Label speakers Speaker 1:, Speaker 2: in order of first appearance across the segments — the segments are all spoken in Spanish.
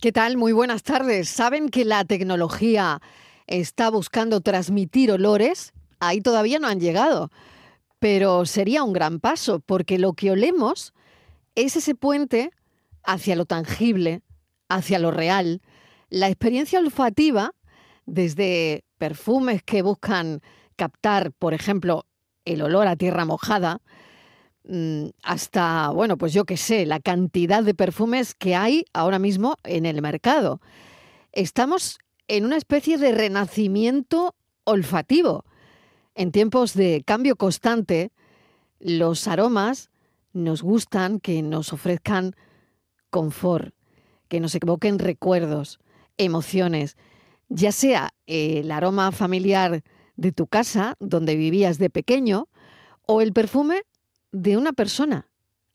Speaker 1: ¿Qué tal? Muy buenas tardes. ¿Saben que la tecnología está buscando transmitir olores? Ahí todavía no han llegado, pero sería un gran paso, porque lo que olemos es ese puente hacia lo tangible, hacia lo real. La experiencia olfativa, desde perfumes que buscan captar, por ejemplo, el olor a tierra mojada, mm, hasta, bueno, pues yo qué sé, la cantidad de perfumes que hay ahora mismo en el mercado. Estamos en una especie de renacimiento olfativo. En tiempos de cambio constante, los aromas nos gustan que nos ofrezcan confort, que nos evoquen recuerdos, emociones, ya sea eh, el aroma familiar de tu casa, donde vivías de pequeño, o el perfume de una persona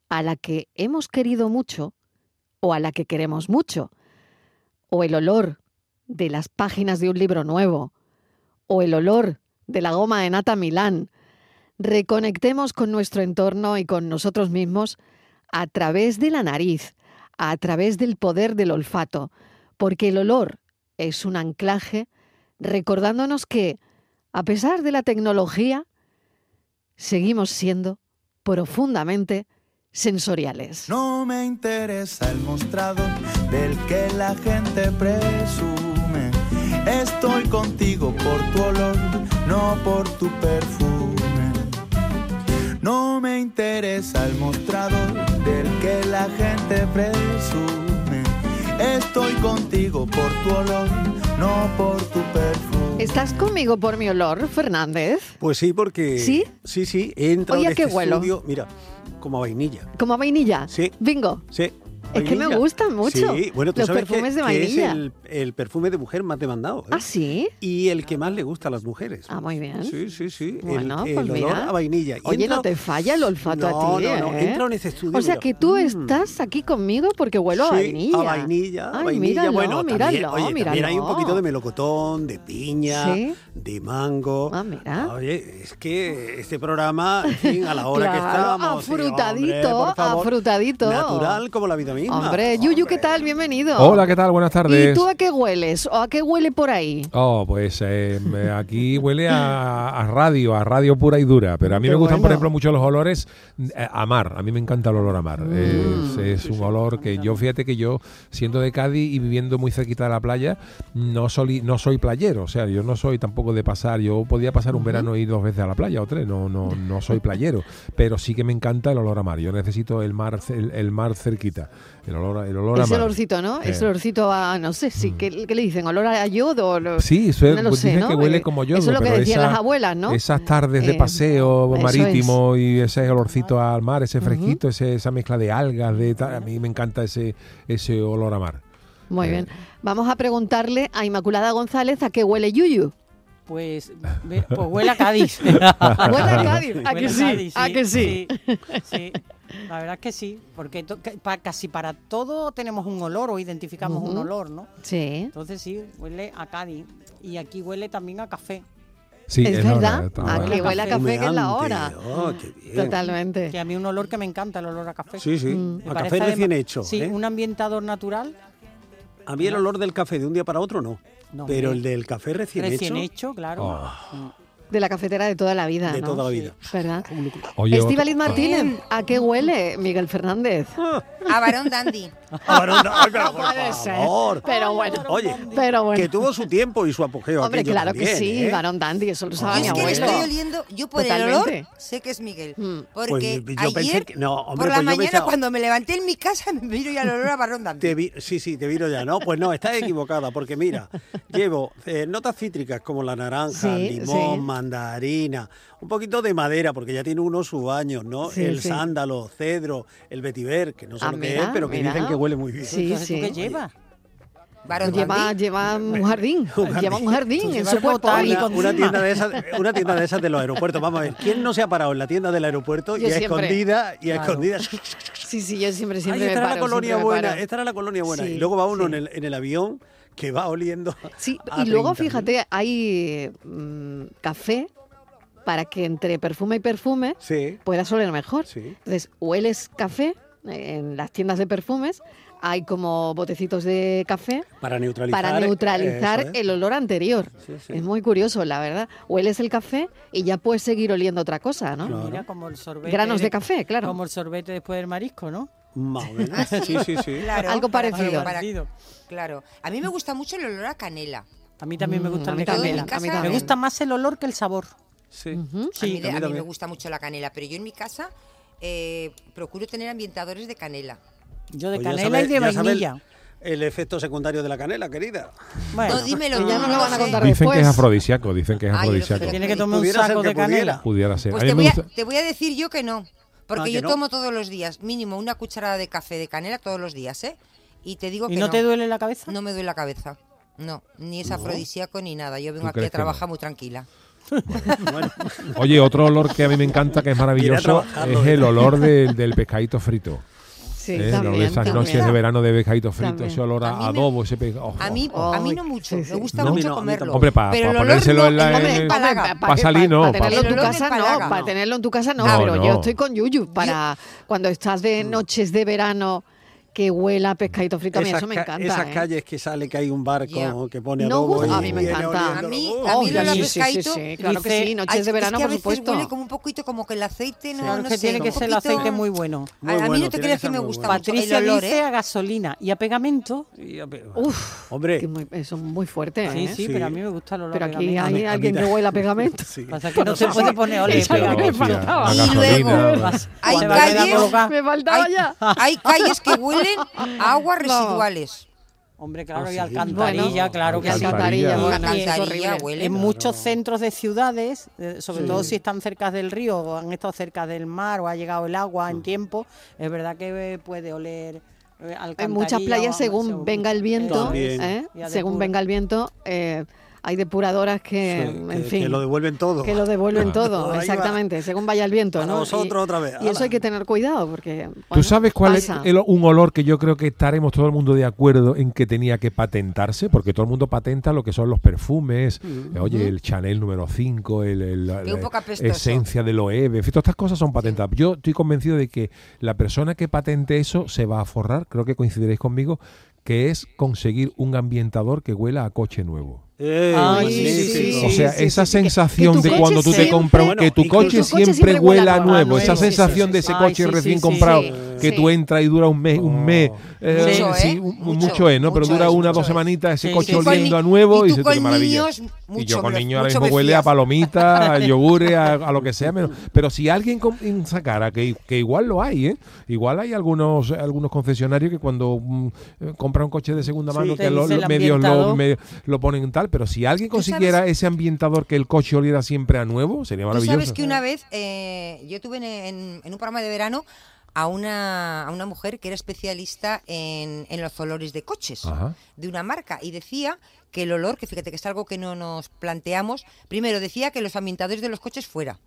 Speaker 1: a la que hemos querido mucho o a la que queremos mucho, o el olor de las páginas de un libro nuevo, o el olor de la goma de nata Milán. Reconectemos con nuestro entorno y con nosotros mismos a través de la nariz, a través del poder del olfato, porque el olor es un anclaje recordándonos que, a pesar de la tecnología, seguimos siendo profundamente sensoriales.
Speaker 2: No me interesa el mostrado del que la gente presume. Estoy contigo por tu olor, no por tu perfume. No me interesa el mostrado del que la gente presume. Estoy contigo por tu olor, no por tu perfume.
Speaker 1: ¿Estás conmigo por mi olor, Fernández?
Speaker 3: Pues sí, porque.
Speaker 1: ¿Sí?
Speaker 3: Sí, sí. He entrado
Speaker 1: Oye,
Speaker 3: en
Speaker 1: ¿a qué
Speaker 3: este
Speaker 1: huelo?
Speaker 3: estudio, mira, como a vainilla.
Speaker 1: ¿Como a vainilla?
Speaker 3: Sí.
Speaker 1: Bingo.
Speaker 3: Sí.
Speaker 1: Es que me
Speaker 3: vainilla.
Speaker 1: gustan mucho
Speaker 3: Sí, bueno, tú
Speaker 1: los
Speaker 3: sabes que-
Speaker 1: perfumes de
Speaker 3: que
Speaker 1: vainilla.
Speaker 3: es el, el perfume de mujer más demandado. ¿eh?
Speaker 1: ¿Ah, sí?
Speaker 3: Y el que más le gusta a las mujeres.
Speaker 1: Ah, muy bien.
Speaker 3: Sí, sí, sí. El-
Speaker 1: Bueno,
Speaker 3: el,
Speaker 1: pues
Speaker 3: olor
Speaker 1: mira.
Speaker 3: a vainilla. Y
Speaker 1: Oye,
Speaker 3: he
Speaker 1: no
Speaker 3: entrado-
Speaker 1: te falla el olfato
Speaker 3: No,
Speaker 1: a ti,
Speaker 3: no, no.
Speaker 1: ¿eh?
Speaker 3: He entrado en este estudio.
Speaker 1: O sea
Speaker 3: mira,
Speaker 1: que tú
Speaker 3: mm.
Speaker 1: estás aquí conmigo porque huelo
Speaker 3: Sí,
Speaker 1: a vainilla.
Speaker 3: A vainilla, a
Speaker 1: Ay,
Speaker 3: vainilla.
Speaker 1: míralo,
Speaker 3: bueno, también,
Speaker 1: míralo,
Speaker 3: oye, también
Speaker 1: míralo.
Speaker 3: hay un poquito de melocotón, de piña,
Speaker 1: Sí.
Speaker 3: de mango.
Speaker 1: Ah, mira.
Speaker 3: Oye, es que este programa, en fin, a la hora que
Speaker 1: Claro,
Speaker 3: estamos. sí,
Speaker 1: afrutadito,
Speaker 3: hombre, por favor,
Speaker 1: afrutadito.
Speaker 3: Natural como la vida misma.
Speaker 1: Hombre, Yuyu, ¿qué tal? Bienvenido.
Speaker 4: Hola, ¿qué tal? Buenas
Speaker 1: ¿Y
Speaker 4: tardes.
Speaker 1: tú a qué hueles? ¿O a qué huele por ahí?
Speaker 4: Oh, pues eh, me- aquí huele a, a radio, a radio pura y dura, pero a mí
Speaker 1: Qué
Speaker 4: me gustan, por
Speaker 1: bueno.
Speaker 4: ejemplo, mucho los olores eh, a mar. A mí me encanta el olor a mar.
Speaker 1: Mm.
Speaker 4: Es, es un olor que yo, fíjate que yo, siendo de Cádiz y viviendo muy cerquita de la playa, no, soli- no soy playero, o sea, yo no soy tampoco de pasar, yo podía pasar un verano y ir dos veces a la playa o tres, no, no, no soy playero, pero sí que me encanta el olor a mar. Yo necesito el mar, ce- el, el mar cerquita, el olor, a- el olor a
Speaker 1: Ese
Speaker 4: mar.
Speaker 1: olorcito, ¿no?
Speaker 4: Eh.
Speaker 1: Ese olorcito a, no sé, sí, ¿qué, qué le dicen? ¿Olor a yodo? Olor-
Speaker 4: Mm. Sí, eso es-
Speaker 1: No lo
Speaker 4: pues
Speaker 1: sé,
Speaker 4: dicen
Speaker 1: ¿no?
Speaker 4: que huele
Speaker 1: Eh,
Speaker 4: como yo.
Speaker 1: eso es lo que
Speaker 4: pero
Speaker 1: decían
Speaker 4: esa-
Speaker 1: las abuelas, ¿no?
Speaker 4: Esas tardes de
Speaker 1: Eh,
Speaker 4: paseo
Speaker 1: eso Ah.
Speaker 4: marítimo y ese olorcito al mar, ese fresquito, ese- esa mezcla de algas, de tal, a mí me encanta ese, ese olor a mar.
Speaker 1: Muy
Speaker 4: Eh.
Speaker 1: bien. Vamos a preguntarle a Inmaculada González a qué huele Yuyu.
Speaker 5: Pues, ve- pues huele a Cádiz.
Speaker 1: Huele a Cádiz, ¿a
Speaker 5: Huele
Speaker 1: que sí? ¿A que sí?
Speaker 5: Sí, sí. La verdad es que sí, porque to- ca- pa- casi para todo tenemos un olor o identificamos un
Speaker 1: Ujú.
Speaker 5: olor, ¿no?
Speaker 1: Sí.
Speaker 5: Entonces sí, huele a Cádiz. Y aquí huele también a café,
Speaker 4: Sí,
Speaker 1: Es
Speaker 4: la
Speaker 1: verdad,
Speaker 4: está-
Speaker 1: a que huele a café que es la hora.
Speaker 3: Humeante. Oh, qué bien.
Speaker 5: que
Speaker 1: Totalmente.
Speaker 5: a mí un olor que me encanta, el olor a café.
Speaker 3: Sí, sí.
Speaker 5: Me
Speaker 3: A
Speaker 5: parece
Speaker 3: café recién
Speaker 5: además-
Speaker 3: hecho.
Speaker 5: Sí,
Speaker 3: ¿eh?
Speaker 5: un ambientador natural
Speaker 3: A mí el olor del café de un día para otro no.
Speaker 5: No,
Speaker 3: pero
Speaker 5: hombre.
Speaker 3: el del café recién,
Speaker 5: recién
Speaker 3: hecho, Ah.
Speaker 5: hecho, claro. Mm.
Speaker 1: De la cafetera de toda la vida.
Speaker 3: de
Speaker 1: ¿no?
Speaker 3: toda la vida.
Speaker 1: ¿Verdad?
Speaker 4: Oye, otro-
Speaker 1: Estivaliz Martínez, ¿a qué huele Miguel Fernández?
Speaker 3: Ah.
Speaker 6: A Barón Dandy.
Speaker 3: Ahora, no,
Speaker 5: Ah,
Speaker 3: pero por
Speaker 1: puede ser.
Speaker 3: favor.
Speaker 1: Pero bueno.
Speaker 3: Oye,
Speaker 1: Pero bueno.
Speaker 3: que tuvo su tiempo y su apogeo.
Speaker 1: Hombre,
Speaker 3: aquello
Speaker 1: claro que
Speaker 3: también,
Speaker 1: sí,
Speaker 3: ¿eh?
Speaker 1: varón dandy, eso lo
Speaker 6: Yo
Speaker 1: sabe mi
Speaker 6: es que le
Speaker 1: abuelo.
Speaker 6: estoy oliendo, yo por el
Speaker 1: Totalmente.
Speaker 6: olor sé que es Miguel.
Speaker 1: Mm.
Speaker 6: Porque
Speaker 3: Pues yo
Speaker 6: ayer,
Speaker 3: pensé que- no, hombre,
Speaker 6: por la
Speaker 3: pues yo
Speaker 6: mañana,
Speaker 3: pensaba-
Speaker 6: cuando me levanté en mi casa, me miro ya el olor a Barón Dandy.
Speaker 3: Te vi- sí, sí, te viro ya, ¿no? Pues no, estás equivocada, porque mira, llevo eh, notas cítricas como la naranja,
Speaker 1: Sí,
Speaker 3: limón,
Speaker 1: sí.
Speaker 3: mandarina, un poquito de madera, porque ya tiene uno sus años, ¿no?
Speaker 1: Sí,
Speaker 3: el
Speaker 1: sí.
Speaker 3: sándalo, cedro, el vetiver, que no sé
Speaker 1: Ah,
Speaker 3: lo que
Speaker 1: mira,
Speaker 3: es, pero que
Speaker 1: mira.
Speaker 3: dicen que huele muy bien.
Speaker 1: Sí,
Speaker 5: Entonces, ¿tú qué
Speaker 1: sí.
Speaker 5: llevas?
Speaker 6: Barón
Speaker 1: Lleva,
Speaker 6: Dandy.
Speaker 1: lleva un jardín,
Speaker 3: Un
Speaker 1: lleva un jardín en
Speaker 5: Lleva
Speaker 1: su
Speaker 5: el
Speaker 1: cuerpo.
Speaker 5: botánico.
Speaker 3: Una,
Speaker 5: con
Speaker 3: una
Speaker 5: cima.
Speaker 3: tienda de esas, una tienda de esas de los aeropuertos. Vamos a ver, ¿quién no se ha parado en la tienda del aeropuerto
Speaker 1: Yo
Speaker 3: y a
Speaker 1: siempre.
Speaker 3: escondida y a
Speaker 5: Claro.
Speaker 3: escondida?
Speaker 1: Sí, sí, yo siempre,
Speaker 3: Ay,
Speaker 1: siempre
Speaker 3: esta
Speaker 1: me
Speaker 3: era
Speaker 1: paro.
Speaker 3: la colonia
Speaker 1: siempre me
Speaker 3: buena,
Speaker 1: paro.
Speaker 3: esta era la colonia buena.
Speaker 1: Sí,
Speaker 3: y luego va uno
Speaker 1: sí.
Speaker 3: en, el, en el avión que va oliendo.
Speaker 1: Sí,
Speaker 3: a
Speaker 1: y luego
Speaker 3: 30.000.
Speaker 1: fíjate, hay mm, café para que entre perfume y perfume
Speaker 3: Sí,
Speaker 1: puedas oler mejor.
Speaker 3: sí.
Speaker 1: Entonces, hueles café eh, en las tiendas de perfumes hay como botecitos de café
Speaker 3: Para neutralizar. eh,
Speaker 1: para neutralizar
Speaker 3: eso es.
Speaker 1: el olor anterior.
Speaker 3: Sí, sí.
Speaker 1: Es muy curioso, la verdad. Hueles el café y ya puedes seguir oliendo otra cosa, ¿no?
Speaker 3: Claro.
Speaker 5: Mira, como el sorbete.
Speaker 1: Granos de café, claro.
Speaker 5: Como el sorbete después del marisco, ¿no?
Speaker 3: Más o menos.
Speaker 6: Ah, sí.
Speaker 3: Sí, sí, sí.
Speaker 6: Claro,
Speaker 1: Algo
Speaker 6: para-
Speaker 1: parecido. Mm,
Speaker 6: para-
Speaker 5: Parecido.
Speaker 6: claro. A mí me gusta mucho el olor a canela.
Speaker 5: A mí también me
Speaker 1: Mm,
Speaker 5: gusta
Speaker 1: a
Speaker 5: el
Speaker 1: mí
Speaker 5: de
Speaker 1: también,
Speaker 5: canela.
Speaker 1: a mí
Speaker 6: Me
Speaker 5: Me
Speaker 1: también.
Speaker 5: gusta más el olor que el sabor.
Speaker 3: Sí.
Speaker 6: a, mí,
Speaker 5: Sí.
Speaker 6: le- a mí
Speaker 3: también.
Speaker 6: me gusta mucho la canela, pero yo en mi casa eh, procuro tener ambientadores de canela.
Speaker 5: Yo de
Speaker 3: Pues ya
Speaker 5: canela
Speaker 3: sabe-
Speaker 5: y de
Speaker 3: ya sabe el-
Speaker 5: vainilla.
Speaker 3: El efecto secundario de la canela, querida.
Speaker 5: Bueno,
Speaker 6: no, dímelo
Speaker 1: que
Speaker 6: tú,
Speaker 1: ya nos lo
Speaker 6: no
Speaker 1: van a
Speaker 6: sé.
Speaker 1: contar.
Speaker 4: Dicen que es
Speaker 1: después.
Speaker 4: afrodisíaco, dicen que es
Speaker 6: Ay, yo creo
Speaker 4: afrodisíaco.
Speaker 5: que
Speaker 6: que-
Speaker 5: tiene que tomar un
Speaker 3: Pudiera ser
Speaker 5: saco
Speaker 3: que
Speaker 5: de
Speaker 3: pudiera.
Speaker 5: canela.
Speaker 4: Pudiera ser.
Speaker 6: Pues
Speaker 4: A mí
Speaker 6: te
Speaker 4: me
Speaker 6: voy, a,
Speaker 4: gusta-
Speaker 6: te voy a decir yo que no. Porque
Speaker 3: Ah, que
Speaker 6: yo
Speaker 3: no.
Speaker 6: tomo todos los días, mínimo una cucharada de café de canela todos los días, ¿eh? Y te digo
Speaker 5: ¿Y
Speaker 6: que
Speaker 5: no
Speaker 6: no.
Speaker 5: te duele la cabeza?
Speaker 6: No me duele la cabeza. No, ni es afrodisíaco ni nada. Yo vengo
Speaker 4: ¿Tú
Speaker 6: aquí
Speaker 4: crees
Speaker 6: a
Speaker 4: que no?
Speaker 6: trabajar muy tranquila.
Speaker 3: Bueno,
Speaker 4: Oye, otro olor que a mí me encanta, que es maravilloso,
Speaker 3: trabajarlo,
Speaker 4: es el
Speaker 3: mira.
Speaker 4: olor del, del pescadito frito.
Speaker 1: Sí,
Speaker 4: Eh,
Speaker 1: también,
Speaker 4: de esas
Speaker 1: también.
Speaker 4: noches de verano de pescadito frito,
Speaker 1: También.
Speaker 4: ese olor
Speaker 6: A mí
Speaker 4: a
Speaker 6: me-
Speaker 4: adobo, ese pescado.
Speaker 6: A mí, a mí no mucho,
Speaker 1: sí, sí.
Speaker 6: me gusta
Speaker 4: No,
Speaker 6: mucho
Speaker 3: no, a mí
Speaker 6: comerlo.
Speaker 4: Hombre, pa-
Speaker 6: pero
Speaker 4: pa
Speaker 6: el olor
Speaker 4: ponérselo
Speaker 6: no,
Speaker 4: en la-
Speaker 6: no me
Speaker 4: en-
Speaker 6: empalaga.
Speaker 4: pa- pa' salir, no, pa-
Speaker 1: tenerlo en
Speaker 6: El
Speaker 1: tu
Speaker 6: olor
Speaker 1: casa
Speaker 6: me
Speaker 1: no,
Speaker 6: empalaga,
Speaker 1: para
Speaker 6: no.
Speaker 1: tenerlo en tu casa no,
Speaker 4: No,
Speaker 1: pero
Speaker 4: no.
Speaker 1: yo estoy con Yuyu para cuando estás
Speaker 6: Mm.
Speaker 1: de noches de verano que huela a pescadito frito, a mí
Speaker 3: esas
Speaker 1: eso me
Speaker 3: ca-
Speaker 1: encanta.
Speaker 3: esas
Speaker 1: ¿eh?
Speaker 3: calles que sale que hay un barco
Speaker 6: Ya.
Speaker 3: que pone
Speaker 1: No
Speaker 3: adobo.
Speaker 1: gusta-
Speaker 3: y
Speaker 1: a mí me
Speaker 3: viene
Speaker 1: encanta.
Speaker 3: oliéndolo.
Speaker 6: A mí,
Speaker 3: Uh,
Speaker 6: a mí
Speaker 1: Obvio,
Speaker 6: el olor a
Speaker 5: sí, sí,
Speaker 6: pescadito...
Speaker 1: sí, claro que
Speaker 5: dice-
Speaker 1: sí,
Speaker 6: Ay,
Speaker 1: noches de
Speaker 6: es que
Speaker 1: verano,
Speaker 6: a
Speaker 1: por
Speaker 6: veces
Speaker 1: supuesto.
Speaker 6: Huele como un poquito como que el aceite, no,
Speaker 5: Claro
Speaker 6: no
Speaker 5: que
Speaker 6: sé,
Speaker 5: tiene
Speaker 6: un
Speaker 5: que ser el
Speaker 6: poquito-
Speaker 5: aceite muy bueno.
Speaker 3: Muy
Speaker 6: a mí
Speaker 3: bueno,
Speaker 6: no te
Speaker 3: tiene
Speaker 6: creas
Speaker 3: que
Speaker 6: que,
Speaker 3: ser
Speaker 6: me
Speaker 3: muy
Speaker 6: gusta
Speaker 3: bueno.
Speaker 6: mucho
Speaker 5: Patricia
Speaker 6: el olor,
Speaker 5: dice
Speaker 6: ¿eh?
Speaker 5: a gasolina y a pegamento.
Speaker 3: Y a pe-
Speaker 1: Uf,
Speaker 3: Hombre,
Speaker 1: que muy- eso es muy fuerte.
Speaker 5: Sí,
Speaker 1: ¿eh?
Speaker 5: sí,
Speaker 3: Sí.
Speaker 5: pero a mí me gusta el olor
Speaker 1: Pero
Speaker 5: a
Speaker 1: aquí
Speaker 5: pegamento.
Speaker 1: hay
Speaker 3: mí- a mí
Speaker 1: alguien que
Speaker 3: ta-
Speaker 1: huele a pegamento.
Speaker 3: sí.
Speaker 5: Pasa que no se puede poner ole.
Speaker 1: Esa era la que
Speaker 5: pegamento.
Speaker 1: me faltaba.
Speaker 4: a
Speaker 6: Y
Speaker 4: gasolina.
Speaker 6: luego-
Speaker 4: vas-
Speaker 6: Hay
Speaker 5: Se va a quedar
Speaker 6: calles-
Speaker 5: colocada.
Speaker 1: Me faltaba
Speaker 6: Hay,
Speaker 1: ya.
Speaker 6: hay calles que huelen a
Speaker 1: Vamos.
Speaker 6: aguas residuales.
Speaker 5: Hombre, claro,
Speaker 3: Ah,
Speaker 5: y
Speaker 3: sí.
Speaker 5: alcantarilla,
Speaker 1: Bueno,
Speaker 5: claro que sí.
Speaker 4: alcantarilla,
Speaker 5: Y-
Speaker 1: bueno,
Speaker 5: y-
Speaker 1: es
Speaker 6: Alcantarilla
Speaker 1: horrible.
Speaker 6: huele.
Speaker 5: En muchos centros de ciudades, eh, sobre todo si están cerca del río o han estado cerca del mar o ha llegado el agua
Speaker 1: Mm.
Speaker 5: en tiempo, es verdad que eh, puede oler eh, alcantarilla.
Speaker 1: En muchas playas,
Speaker 5: o-
Speaker 1: según venga el viento,
Speaker 3: También.
Speaker 1: ¿eh?
Speaker 5: Ya
Speaker 1: según
Speaker 5: depura.
Speaker 1: venga el viento, eh, hay depuradoras que,
Speaker 3: que,
Speaker 1: en
Speaker 3: que
Speaker 1: fin,
Speaker 3: lo devuelven todo. Ah.
Speaker 1: que lo devuelven
Speaker 4: Claro.
Speaker 1: todo,
Speaker 3: Ahí va.
Speaker 1: exactamente, según vaya el viento.
Speaker 3: A
Speaker 1: ¿no?
Speaker 3: nosotros otra vez,
Speaker 1: Y eso
Speaker 3: ala.
Speaker 1: hay que tener cuidado porque. bueno,
Speaker 4: ¿Tú sabes cuál es
Speaker 1: pasa.
Speaker 4: el- un olor que yo creo que estaremos todo el mundo de acuerdo en que tenía que patentarse? Porque todo el mundo patenta lo que son los perfumes, eh, oye, el Chanel número 5, el, el- la,
Speaker 6: Mm. un poco apestoso.
Speaker 4: esencia de Loewe, en fin, todas estas cosas son patentadas. Yo estoy convencido de que la persona que patente eso se va a forrar, creo que coincidiréis conmigo, que es conseguir un ambientador que huela a coche nuevo.
Speaker 3: Eh,
Speaker 5: Ay,
Speaker 1: sí,
Speaker 3: magnífico.
Speaker 1: sí,
Speaker 4: o sea,
Speaker 1: sí, sí,
Speaker 4: esa
Speaker 1: sí, que- que
Speaker 4: sensación
Speaker 1: tu
Speaker 4: de
Speaker 1: coche
Speaker 4: cuando tú te
Speaker 1: siempre-
Speaker 4: compras, que tu
Speaker 3: Bueno,
Speaker 4: coche
Speaker 1: incluso- Tu coche
Speaker 4: siempre
Speaker 1: siempre huela
Speaker 4: huela
Speaker 1: nuevo,
Speaker 4: nuevo, esa
Speaker 5: nuevo, sí, sí,
Speaker 4: sensación
Speaker 5: sí,
Speaker 4: de
Speaker 5: sí.
Speaker 4: ese
Speaker 5: Ay,
Speaker 4: coche
Speaker 5: sí, sí,
Speaker 4: recién
Speaker 5: sí,
Speaker 4: comprado,
Speaker 1: sí,
Speaker 4: que
Speaker 1: sí.
Speaker 4: tú entras y dura un mes, un mes, eh,
Speaker 6: Mucho,
Speaker 4: sí,
Speaker 6: ¿eh?
Speaker 4: un- un- mucho,
Speaker 6: Mucho,
Speaker 4: es, ¿no? Pero
Speaker 6: mucho
Speaker 4: dura
Speaker 6: es,
Speaker 4: una,
Speaker 6: mucho
Speaker 4: dos
Speaker 6: es.
Speaker 4: semanitas ese
Speaker 5: Sí,
Speaker 4: coche
Speaker 5: sí.
Speaker 4: oliendo
Speaker 6: Con-
Speaker 4: a
Speaker 6: y
Speaker 4: nuevo y,
Speaker 6: tú
Speaker 4: se te
Speaker 6: con
Speaker 4: maravilla.
Speaker 6: niños,
Speaker 4: y
Speaker 6: mucho
Speaker 4: yo con
Speaker 6: me-
Speaker 4: niños ahora
Speaker 6: mucho
Speaker 4: mismo
Speaker 6: me
Speaker 4: huele a
Speaker 6: fías.
Speaker 4: palomita, a yogures, a, a lo que sea menos. Pero si alguien con- sacara, que, que igual lo hay, ¿eh? Igual hay algunos algunos concesionarios que cuando mm, eh, compran un coche de segunda
Speaker 3: Sí.
Speaker 4: mano,
Speaker 5: Te
Speaker 4: que lo,
Speaker 5: dice
Speaker 4: lo-
Speaker 5: el
Speaker 4: medios lo,
Speaker 5: ambientador.
Speaker 4: me- eh, lo ponen tal, pero si alguien
Speaker 6: ¿Tú sabes?
Speaker 4: consiguiera ese ambientador que el coche oliera siempre a nuevo, sería
Speaker 6: Tú
Speaker 4: maravilloso.
Speaker 6: sabes que una vez eh, yo tuve en, en- en un programa de verano a una, a una mujer que era especialista en, en los olores de coches
Speaker 4: Ajá.
Speaker 6: de una marca y decía que el olor, que fíjate que es algo que no nos planteamos, primero decía que los ambientadores de los coches fuera.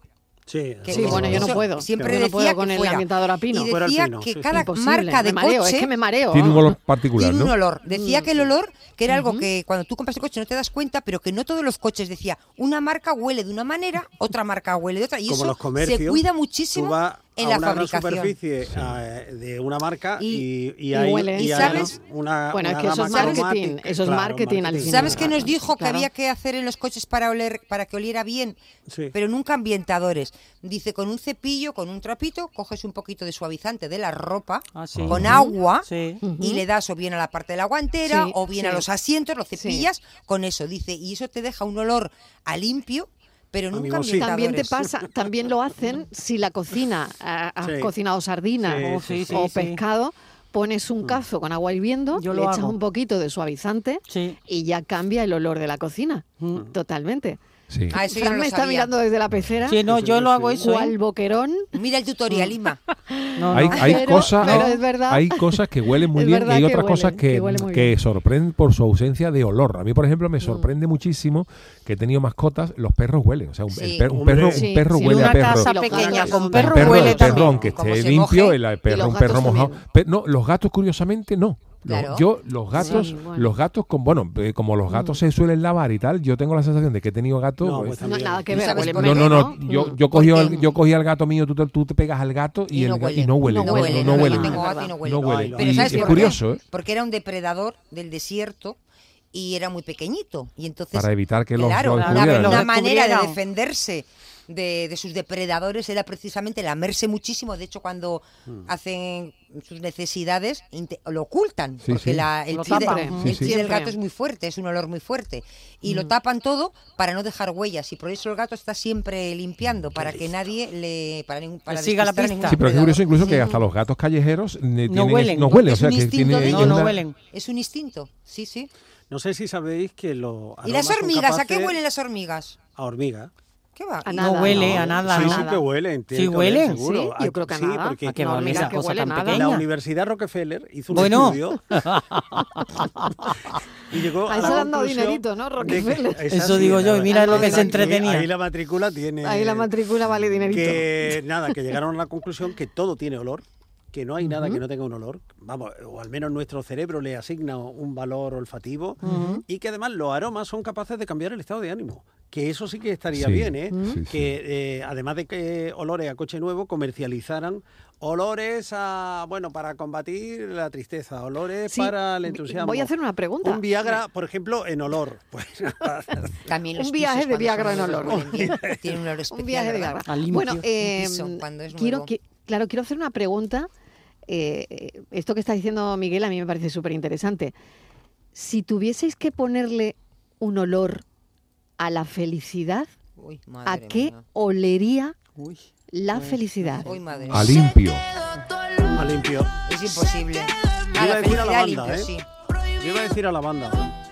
Speaker 3: Sí,
Speaker 6: Que
Speaker 1: Sí,
Speaker 6: eso-
Speaker 1: bueno, yo no
Speaker 6: eso
Speaker 1: puedo.
Speaker 6: Siempre
Speaker 1: Yo no
Speaker 6: decía
Speaker 1: puedo con
Speaker 6: que
Speaker 1: el
Speaker 6: fuera.
Speaker 1: ambientador a pino.
Speaker 6: Y
Speaker 3: Fuera al
Speaker 6: decía
Speaker 3: pino, sí,
Speaker 6: que
Speaker 3: sí.
Speaker 6: cada
Speaker 1: Imposible,
Speaker 6: marca de
Speaker 1: me mareo,
Speaker 6: coche
Speaker 1: es que me mareo. Mm,
Speaker 4: Tiene un
Speaker 1: vamos.
Speaker 4: olor particular,
Speaker 6: tiene
Speaker 4: ¿no?
Speaker 6: un olor. Decía que el olor, que era algo que cuando tú compras el coche no te das cuenta, pero que no todos los coches decía, una marca huele de una manera, otra marca huele de otra. Y
Speaker 3: como
Speaker 6: eso
Speaker 3: los comercios.
Speaker 6: se cuida
Speaker 3: tú
Speaker 6: muchísimo
Speaker 3: vas
Speaker 6: en
Speaker 3: a una
Speaker 6: la
Speaker 3: gran
Speaker 6: fabricación.
Speaker 3: superficie eh, de una marca y, y,
Speaker 1: Y
Speaker 3: hay,
Speaker 1: huele.
Speaker 3: y
Speaker 6: ¿Y
Speaker 3: hay
Speaker 6: sabes?
Speaker 3: una,
Speaker 1: Bueno, es
Speaker 3: una
Speaker 1: que eso es
Speaker 3: gama
Speaker 1: marketing,
Speaker 3: aromática.
Speaker 1: eso es
Speaker 3: Claro,
Speaker 1: marketing al fin.
Speaker 6: ¿Sabes
Speaker 1: que
Speaker 6: qué nos
Speaker 1: Claro.
Speaker 6: dijo que había que hacer en los coches para oler, para que oliera bien?
Speaker 3: Sí.
Speaker 6: Pero nunca ambientadores. Dice, con un cepillo, con un trapito, coges un poquito de suavizante de la ropa,
Speaker 5: Ah, sí.
Speaker 6: con agua,
Speaker 5: Sí.
Speaker 6: y le das o bien a la parte de la guantera
Speaker 1: Sí,
Speaker 6: o bien a
Speaker 1: sí.
Speaker 6: los asientos, lo
Speaker 1: Sí.
Speaker 6: cepillas con eso, dice, y eso te deja un olor a limpio, pero nunca
Speaker 3: Amigo, sí.
Speaker 1: También te
Speaker 6: ambientadores.
Speaker 1: pasa, también lo hacen si la cocina, ah, has
Speaker 3: Sí.
Speaker 1: cocinado sardinas
Speaker 3: Sí,
Speaker 1: o,
Speaker 5: sí, sí,
Speaker 1: o
Speaker 5: sí.
Speaker 1: pescado, pones un cazo con agua hirviendo,
Speaker 5: Yo
Speaker 1: le
Speaker 5: lo
Speaker 1: echas
Speaker 5: hago.
Speaker 1: un poquito de suavizante
Speaker 5: Sí. Mm.
Speaker 1: y ya cambia el olor de la cocina. Totalmente.
Speaker 4: Sí.
Speaker 6: Ah, eso yo
Speaker 1: Fran
Speaker 6: no lo
Speaker 1: me está
Speaker 6: sabía.
Speaker 1: mirando desde la pecera,
Speaker 5: Sí, no, yo lo hago eso. ¿eh?
Speaker 1: cual boquerón. Mm.
Speaker 6: Mira el tutorial, Ima.
Speaker 5: No, no.
Speaker 4: Hay, hay
Speaker 1: Pero-
Speaker 4: cosas,
Speaker 1: pero
Speaker 4: hay,
Speaker 1: es verdad.
Speaker 4: hay cosas que huelen muy
Speaker 1: Es
Speaker 4: bien y
Speaker 1: verdad
Speaker 4: hay
Speaker 1: que
Speaker 4: otras cosas
Speaker 1: huelen,
Speaker 4: que,
Speaker 1: que huelen muy
Speaker 4: que
Speaker 1: bien. Mm.
Speaker 4: sorprenden por su ausencia de olor. A mí, por ejemplo, me sorprende muchísimo que he tenido mascotas, los perros huelen. O sea, un, el
Speaker 6: Sí.
Speaker 4: per- un
Speaker 3: Hombre.
Speaker 4: perro,
Speaker 1: Sí,
Speaker 4: un perro
Speaker 1: sí.
Speaker 4: huele
Speaker 5: una
Speaker 4: a perro.
Speaker 5: casa
Speaker 1: Y los
Speaker 5: pequeña
Speaker 1: gatos.
Speaker 5: con
Speaker 1: El
Speaker 5: perro,
Speaker 4: el perro,
Speaker 5: huele
Speaker 4: el perro
Speaker 5: también.
Speaker 4: aunque
Speaker 6: Como
Speaker 4: esté
Speaker 6: se
Speaker 4: limpio,
Speaker 6: moje,
Speaker 4: el, el
Speaker 1: y
Speaker 4: perro,
Speaker 1: los
Speaker 4: un perro
Speaker 1: gatos
Speaker 4: mojado.
Speaker 1: también.
Speaker 4: Pe- no, los gatos curiosamente no. Lo-
Speaker 6: Claro.
Speaker 4: Yo, los gatos,
Speaker 1: Sí, bueno. Mm.
Speaker 4: los gatos, con, bueno, eh, como los gatos se suelen lavar y tal, yo tengo la sensación de que he tenido gatos.
Speaker 3: No,
Speaker 4: pues,
Speaker 3: pues
Speaker 1: No,
Speaker 3: También.
Speaker 1: nada que
Speaker 6: No
Speaker 1: ver.
Speaker 6: sabes
Speaker 1: huele
Speaker 6: por
Speaker 4: no,
Speaker 1: mal,
Speaker 4: no,
Speaker 6: qué,
Speaker 4: no. Yo,
Speaker 1: Mm.
Speaker 4: yo, cogí
Speaker 6: Porque-
Speaker 4: al, yo cogí al gato mío, tú te, tú te pegas al gato y,
Speaker 6: Y
Speaker 4: el
Speaker 6: no
Speaker 4: ga-
Speaker 6: huele.
Speaker 4: y no huele.
Speaker 1: No
Speaker 4: bueno,
Speaker 1: huele,
Speaker 4: no
Speaker 1: no
Speaker 4: huele.
Speaker 1: huele.
Speaker 6: Yo tengo
Speaker 1: nada.
Speaker 6: gato y no huele.
Speaker 4: No huele.
Speaker 3: Ay, lo
Speaker 6: Pero
Speaker 3: vi.
Speaker 6: ¿sabes
Speaker 4: Y es
Speaker 6: por qué?
Speaker 4: curioso, ¿eh?
Speaker 6: Porque era un depredador del desierto y era muy pequeñito. Y entonces,
Speaker 4: Para evitar que los-
Speaker 6: claro,
Speaker 4: los
Speaker 6: la-
Speaker 4: descubrieran,
Speaker 6: una
Speaker 5: ¿no?
Speaker 6: manera de
Speaker 5: Descubrieran.
Speaker 6: defenderse de, de sus depredadores era precisamente lamerse muchísimo. De hecho, cuando hacen sus necesidades, inte- lo ocultan.
Speaker 4: Sí,
Speaker 6: porque
Speaker 4: sí.
Speaker 6: la- el
Speaker 1: Lo
Speaker 6: chi, de-
Speaker 1: tapan.
Speaker 6: el
Speaker 4: Sí,
Speaker 6: chi
Speaker 4: sí.
Speaker 6: del
Speaker 1: Siempre.
Speaker 6: gato es muy fuerte, es un olor muy fuerte. Y lo tapan todo para no dejar huellas. Y por eso el gato está siempre limpiando, para que nadie le. Para ningún, para
Speaker 5: Le siga la
Speaker 6: despistar a ningún
Speaker 5: pista.
Speaker 4: Sí, pero qué
Speaker 6: depredador.
Speaker 4: curioso incluso que hasta los gatos callejeros ne- tienen-
Speaker 5: huelen.
Speaker 4: no huelen, o
Speaker 6: Es un
Speaker 4: sea, que
Speaker 6: instinto
Speaker 4: tiene,
Speaker 6: de
Speaker 4: es
Speaker 6: ellos.
Speaker 5: No, no
Speaker 4: una-
Speaker 5: huelen.
Speaker 6: Es un instinto, sí, sí.
Speaker 3: No sé si sabéis que los
Speaker 6: ¿Y
Speaker 3: aromas
Speaker 6: las
Speaker 3: son
Speaker 6: hormigas? ¿A qué
Speaker 3: capaces-
Speaker 6: huelen las hormigas?
Speaker 3: A hormiga.
Speaker 6: ¿Qué va?
Speaker 1: A
Speaker 6: Y-
Speaker 1: nada.
Speaker 5: No huele
Speaker 1: No,
Speaker 5: a nada,
Speaker 3: sí,
Speaker 5: ¿no?
Speaker 3: Sí, que huelen. tiene
Speaker 5: Sí
Speaker 3: que
Speaker 5: huelen.
Speaker 3: oler, seguro.
Speaker 1: Sí, yo creo que a
Speaker 3: sí,
Speaker 1: nada.
Speaker 3: Porque
Speaker 5: ¿A qué
Speaker 1: No,
Speaker 5: va a oler
Speaker 1: mira,
Speaker 5: esa
Speaker 1: que
Speaker 5: cosa
Speaker 1: huele
Speaker 5: tan
Speaker 1: nada.
Speaker 5: pequeña?
Speaker 3: la Universidad Rockefeller hizo un
Speaker 5: Bueno.
Speaker 3: estudio y llegó
Speaker 1: Ahí
Speaker 3: a la
Speaker 1: se le han dado
Speaker 3: conclusión
Speaker 1: dinerito, ¿no,
Speaker 3: de que-
Speaker 1: Rockefeller?
Speaker 3: Esa
Speaker 5: Eso
Speaker 3: sí,
Speaker 5: digo yo,
Speaker 3: nada,
Speaker 5: y mira lo que se
Speaker 3: ahí-
Speaker 5: entretenía.
Speaker 3: Ahí la matrícula tiene.
Speaker 1: Ahí la matrícula vale dinerito.
Speaker 3: Que nada, que llegaron a la conclusión que todo tiene olor, que no hay nada que no tenga un olor, vamos, o al menos nuestro cerebro le asigna un valor olfativo y que además los aromas son capaces de cambiar el estado de ánimo. Que eso sí que estaría
Speaker 4: Sí,
Speaker 3: bien, ¿eh?
Speaker 4: Ujú. sí, sí.
Speaker 3: que eh, además de que olores a coche nuevo comercializaran olores a, bueno, para combatir la tristeza, olores
Speaker 1: Sí,
Speaker 3: para el
Speaker 1: vi-
Speaker 3: entusiasmo.
Speaker 1: voy a hacer una pregunta.
Speaker 3: Un Viagra, por ejemplo, en olor. Pues,
Speaker 6: También
Speaker 1: Un
Speaker 6: los
Speaker 1: viaje de
Speaker 6: pisos cuando
Speaker 1: Viagra
Speaker 6: son
Speaker 1: en
Speaker 6: nuevos
Speaker 1: olor.
Speaker 6: huelen bien. Tiene un olor especial.
Speaker 1: un viaje de
Speaker 6: ¿verdad?
Speaker 1: Viagra.
Speaker 5: A limpio.
Speaker 1: Bueno,
Speaker 5: Un
Speaker 1: eh,
Speaker 6: piso, cuando es
Speaker 1: quiero,
Speaker 6: nuevo.
Speaker 1: que- claro, quiero hacer una pregunta. Eh, eh, esto que está diciendo Miguel a mí me parece súper interesante. Si tuvieseis que ponerle un olor a la felicidad,
Speaker 6: Uy, madre
Speaker 1: ¿a qué
Speaker 6: mía.
Speaker 1: olería
Speaker 5: Uy.
Speaker 1: la
Speaker 7: pues,
Speaker 1: felicidad?
Speaker 6: Uy, madre mía.
Speaker 4: a limpio.
Speaker 3: a limpio.
Speaker 6: Es imposible.
Speaker 3: Yo iba
Speaker 6: A la
Speaker 3: a decir a la
Speaker 6: felicidad
Speaker 3: banda,
Speaker 6: limpio,
Speaker 3: ¿eh?
Speaker 6: sí.
Speaker 3: Yo iba a decir a la banda.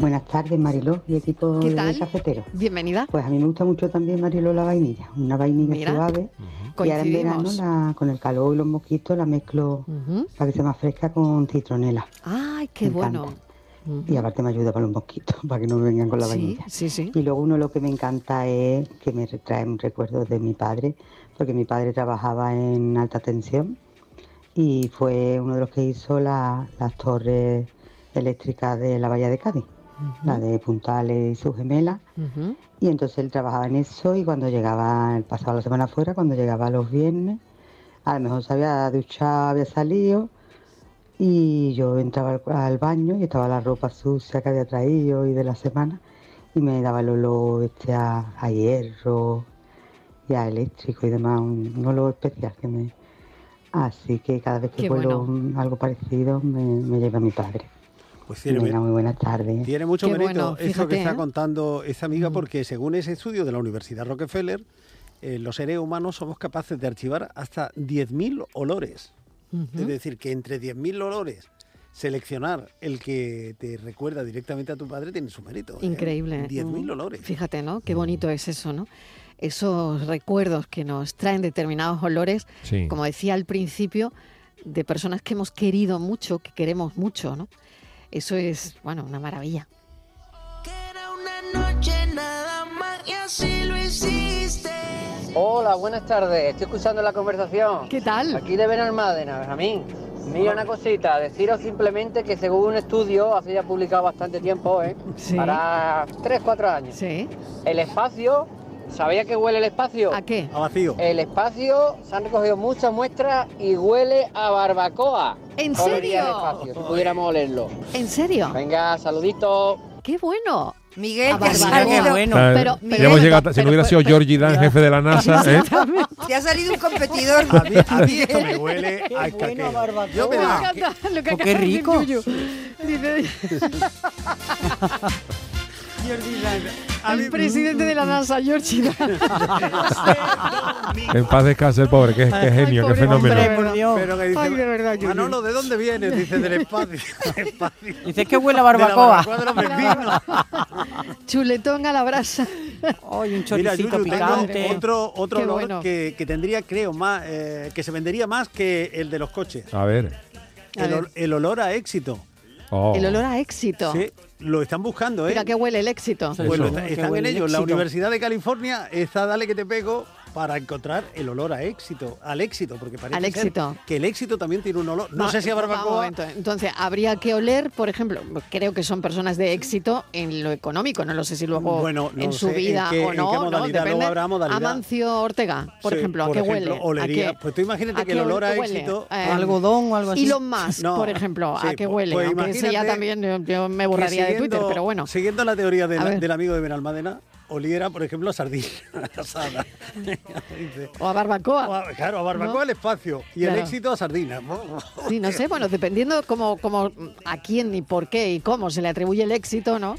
Speaker 7: Buenas tardes, Mariló y equipo
Speaker 1: ¿Qué
Speaker 7: de
Speaker 1: tal?
Speaker 7: cafetero.
Speaker 1: Bienvenida.
Speaker 7: Pues a mí me gusta mucho también, Mariló, la vainilla. Una vainilla
Speaker 1: Mira,
Speaker 7: suave. Y ahora en verano,
Speaker 1: Coincidimos.
Speaker 7: la- con el calor y los mosquitos, la mezclo
Speaker 1: Ujú.
Speaker 7: para que sea más fresca con citronela.
Speaker 1: Ay, qué
Speaker 7: Me
Speaker 1: bueno.
Speaker 7: encanta.
Speaker 1: Ujú.
Speaker 7: Y aparte me ayuda para los mosquitos, para que no me vengan con la
Speaker 1: Sí,
Speaker 7: vainilla.
Speaker 1: sí, sí.
Speaker 7: Y luego uno lo que me encanta es que me trae un recuerdo de mi padre, porque mi padre trabajaba en alta tensión y fue uno de los que hizo la- las torres eléctricas de la Bahía de Cádiz, la de Puntales y sus gemelas.
Speaker 1: Ujú.
Speaker 7: Y entonces él trabajaba en eso y cuando llegaba, él pasaba la semana fuera, cuando llegaba los viernes, a lo mejor se había duchado, había salido y yo entraba al, al baño y estaba la ropa sucia que había traído y de la semana y me daba el olor este a, a hierro y a eléctrico y demás, un, un olor especial que me... Así que cada vez que
Speaker 1: Qué
Speaker 7: vuelo
Speaker 1: bueno.
Speaker 7: algo parecido me, me lleva mi padre.
Speaker 3: Pues tiene,
Speaker 7: Venga, muy buenas tardes.
Speaker 3: tiene mucho
Speaker 1: Qué
Speaker 3: mérito
Speaker 1: bueno,
Speaker 3: esto
Speaker 1: fíjate,
Speaker 3: que está
Speaker 1: ¿eh?
Speaker 3: contando esta amiga, porque según ese estudio de la Universidad Rockefeller, eh, los seres humanos somos capaces de archivar hasta 10.000 olores. Es decir, que entre 10.000 olores seleccionar el que te recuerda directamente a tu padre tiene su mérito. ¿eh?
Speaker 1: Increíble.
Speaker 3: 10.000
Speaker 1: Mm.
Speaker 3: olores.
Speaker 1: Fíjate, ¿no?
Speaker 5: Mm.
Speaker 1: Qué bonito es eso, ¿no? Esos recuerdos que nos traen determinados olores,
Speaker 4: Sí.
Speaker 1: como decía al principio, de personas que hemos querido mucho, que queremos mucho, ¿no? Eso es, bueno, una maravilla.
Speaker 8: Hola, buenas tardes. Estoy escuchando la conversación.
Speaker 1: ¿Qué tal?
Speaker 8: Aquí de Benalmádena, Benjamín. Mira una cosita, deciros simplemente que según un estudio, hace ya publicado bastante tiempo, ¿eh?
Speaker 1: Sí.
Speaker 8: Para 3, 4 años.
Speaker 1: Sí.
Speaker 8: El espacio, ¿sabía que huele el espacio?
Speaker 1: ¿A qué?
Speaker 3: A vacío.
Speaker 8: El espacio, se han recogido muchas muestras y huele a barbacoa.
Speaker 1: ¿En
Speaker 8: Todo el día
Speaker 1: serio?
Speaker 8: el espacio, si pudiéramos olerlo.
Speaker 1: ¿En serio?
Speaker 8: Venga, saluditos.
Speaker 1: ¡Qué bueno!
Speaker 6: Miguel,
Speaker 1: A
Speaker 6: te has,
Speaker 1: barbacoa.
Speaker 6: salido,
Speaker 5: Qué bueno.
Speaker 4: Ah,
Speaker 1: Pero-
Speaker 4: ya
Speaker 1: pero-
Speaker 4: hemos llegado- si
Speaker 1: pero-
Speaker 4: no hubiera sido Georgie Dan, jefe de la NASA, ¿eh?
Speaker 6: te ha salido un competidor.
Speaker 3: A mí, a mí esto me huele
Speaker 5: Qué
Speaker 3: a
Speaker 5: bueno,
Speaker 3: caqueo.
Speaker 5: barbacoa.
Speaker 3: Yo me
Speaker 1: Me
Speaker 3: da-
Speaker 1: encanta lo que
Speaker 5: Oh, qué
Speaker 1: acaba de decir
Speaker 5: rico.
Speaker 1: Yuyu. Dice,
Speaker 3: a mí-
Speaker 1: el presidente de la
Speaker 5: Mm.
Speaker 1: NASA, George Dan.
Speaker 4: En paz descanse el pobre, qué, qué genio,
Speaker 1: pobre
Speaker 4: qué fenómeno.
Speaker 5: Hombre, por Dios.
Speaker 3: Pero que dice,
Speaker 1: Ay, de verdad, Yuyu.
Speaker 3: Manolo, ¿de dónde vienes? Dice, del espacio. Del espacio.
Speaker 5: Dices que huele
Speaker 3: De la
Speaker 5: a barbacoa.
Speaker 3: barbacoa de los vecinos.
Speaker 1: Chuletón a la brasa.
Speaker 5: Ay, un
Speaker 3: Mira,
Speaker 5: choricito
Speaker 3: Yuyu, tengo
Speaker 5: picante.
Speaker 3: otro, otro
Speaker 1: Qué
Speaker 3: olor
Speaker 1: bueno.
Speaker 3: que, que tendría, creo, más, eh, que se vendería más que el de los coches.
Speaker 4: A ver,
Speaker 1: A
Speaker 3: El,
Speaker 1: ver.
Speaker 3: ol- el olor a éxito.
Speaker 4: Oh.
Speaker 1: El olor a éxito.
Speaker 3: Sí, lo están buscando, ¿eh?
Speaker 1: Mira qué huele el éxito.
Speaker 3: Pues
Speaker 5: Eso.
Speaker 3: lo está-
Speaker 5: Qué
Speaker 3: están
Speaker 5: buen
Speaker 3: en ello. La
Speaker 5: éxito.
Speaker 3: Universidad de California está Dale que te pego para encontrar el olor a éxito, al éxito, porque parece
Speaker 1: Al
Speaker 3: ser
Speaker 1: éxito.
Speaker 3: que el éxito también tiene un olor. No, sé si a
Speaker 1: va,
Speaker 3: barbacoa.
Speaker 1: momento. eh. Entonces, habría que oler, por ejemplo, creo que son personas de éxito en lo económico, no lo sé si luego
Speaker 3: Bueno, no
Speaker 1: en su
Speaker 3: sé en
Speaker 1: vida
Speaker 3: qué-
Speaker 1: o
Speaker 3: en
Speaker 1: no,
Speaker 3: qué
Speaker 1: ¿no?
Speaker 3: modalidad,
Speaker 1: Depende.
Speaker 3: luego habrá modalidad.
Speaker 1: Amancio Ortega, por
Speaker 3: Sí,
Speaker 1: ejemplo, ¿a
Speaker 3: por
Speaker 1: qué
Speaker 3: ejemplo,
Speaker 1: huele?
Speaker 3: olería.
Speaker 1: ¿A qué-
Speaker 3: Pues tú imagínate que el
Speaker 1: qué
Speaker 3: olor a
Speaker 1: huele?
Speaker 3: éxito-
Speaker 1: Eh,
Speaker 3: a
Speaker 5: algodón o algo así.
Speaker 1: Elon Musk,
Speaker 3: No,
Speaker 1: por ejemplo, ¿a
Speaker 3: sí,
Speaker 1: qué
Speaker 3: pues-
Speaker 1: huele?
Speaker 3: pues
Speaker 1: Aunque ese ya
Speaker 3: imagínate
Speaker 1: también yo, yo me
Speaker 3: que
Speaker 1: borraría de Twitter,
Speaker 3: siguiendo-
Speaker 1: pero bueno.
Speaker 3: Siguiendo la teoría de
Speaker 1: A
Speaker 3: la-
Speaker 1: ver.
Speaker 3: del amigo de Benalmádena, oliera, por ejemplo, a sardina asada. Dice,
Speaker 1: O a barbacoa.
Speaker 3: o a- claro, a barbacoa
Speaker 1: ¿No?
Speaker 3: al espacio y
Speaker 1: Claro.
Speaker 3: el éxito a sardina.
Speaker 1: Sí, no sé, bueno, dependiendo cómo, cómo, a quién y por qué y cómo se le atribuye el éxito, ¿no?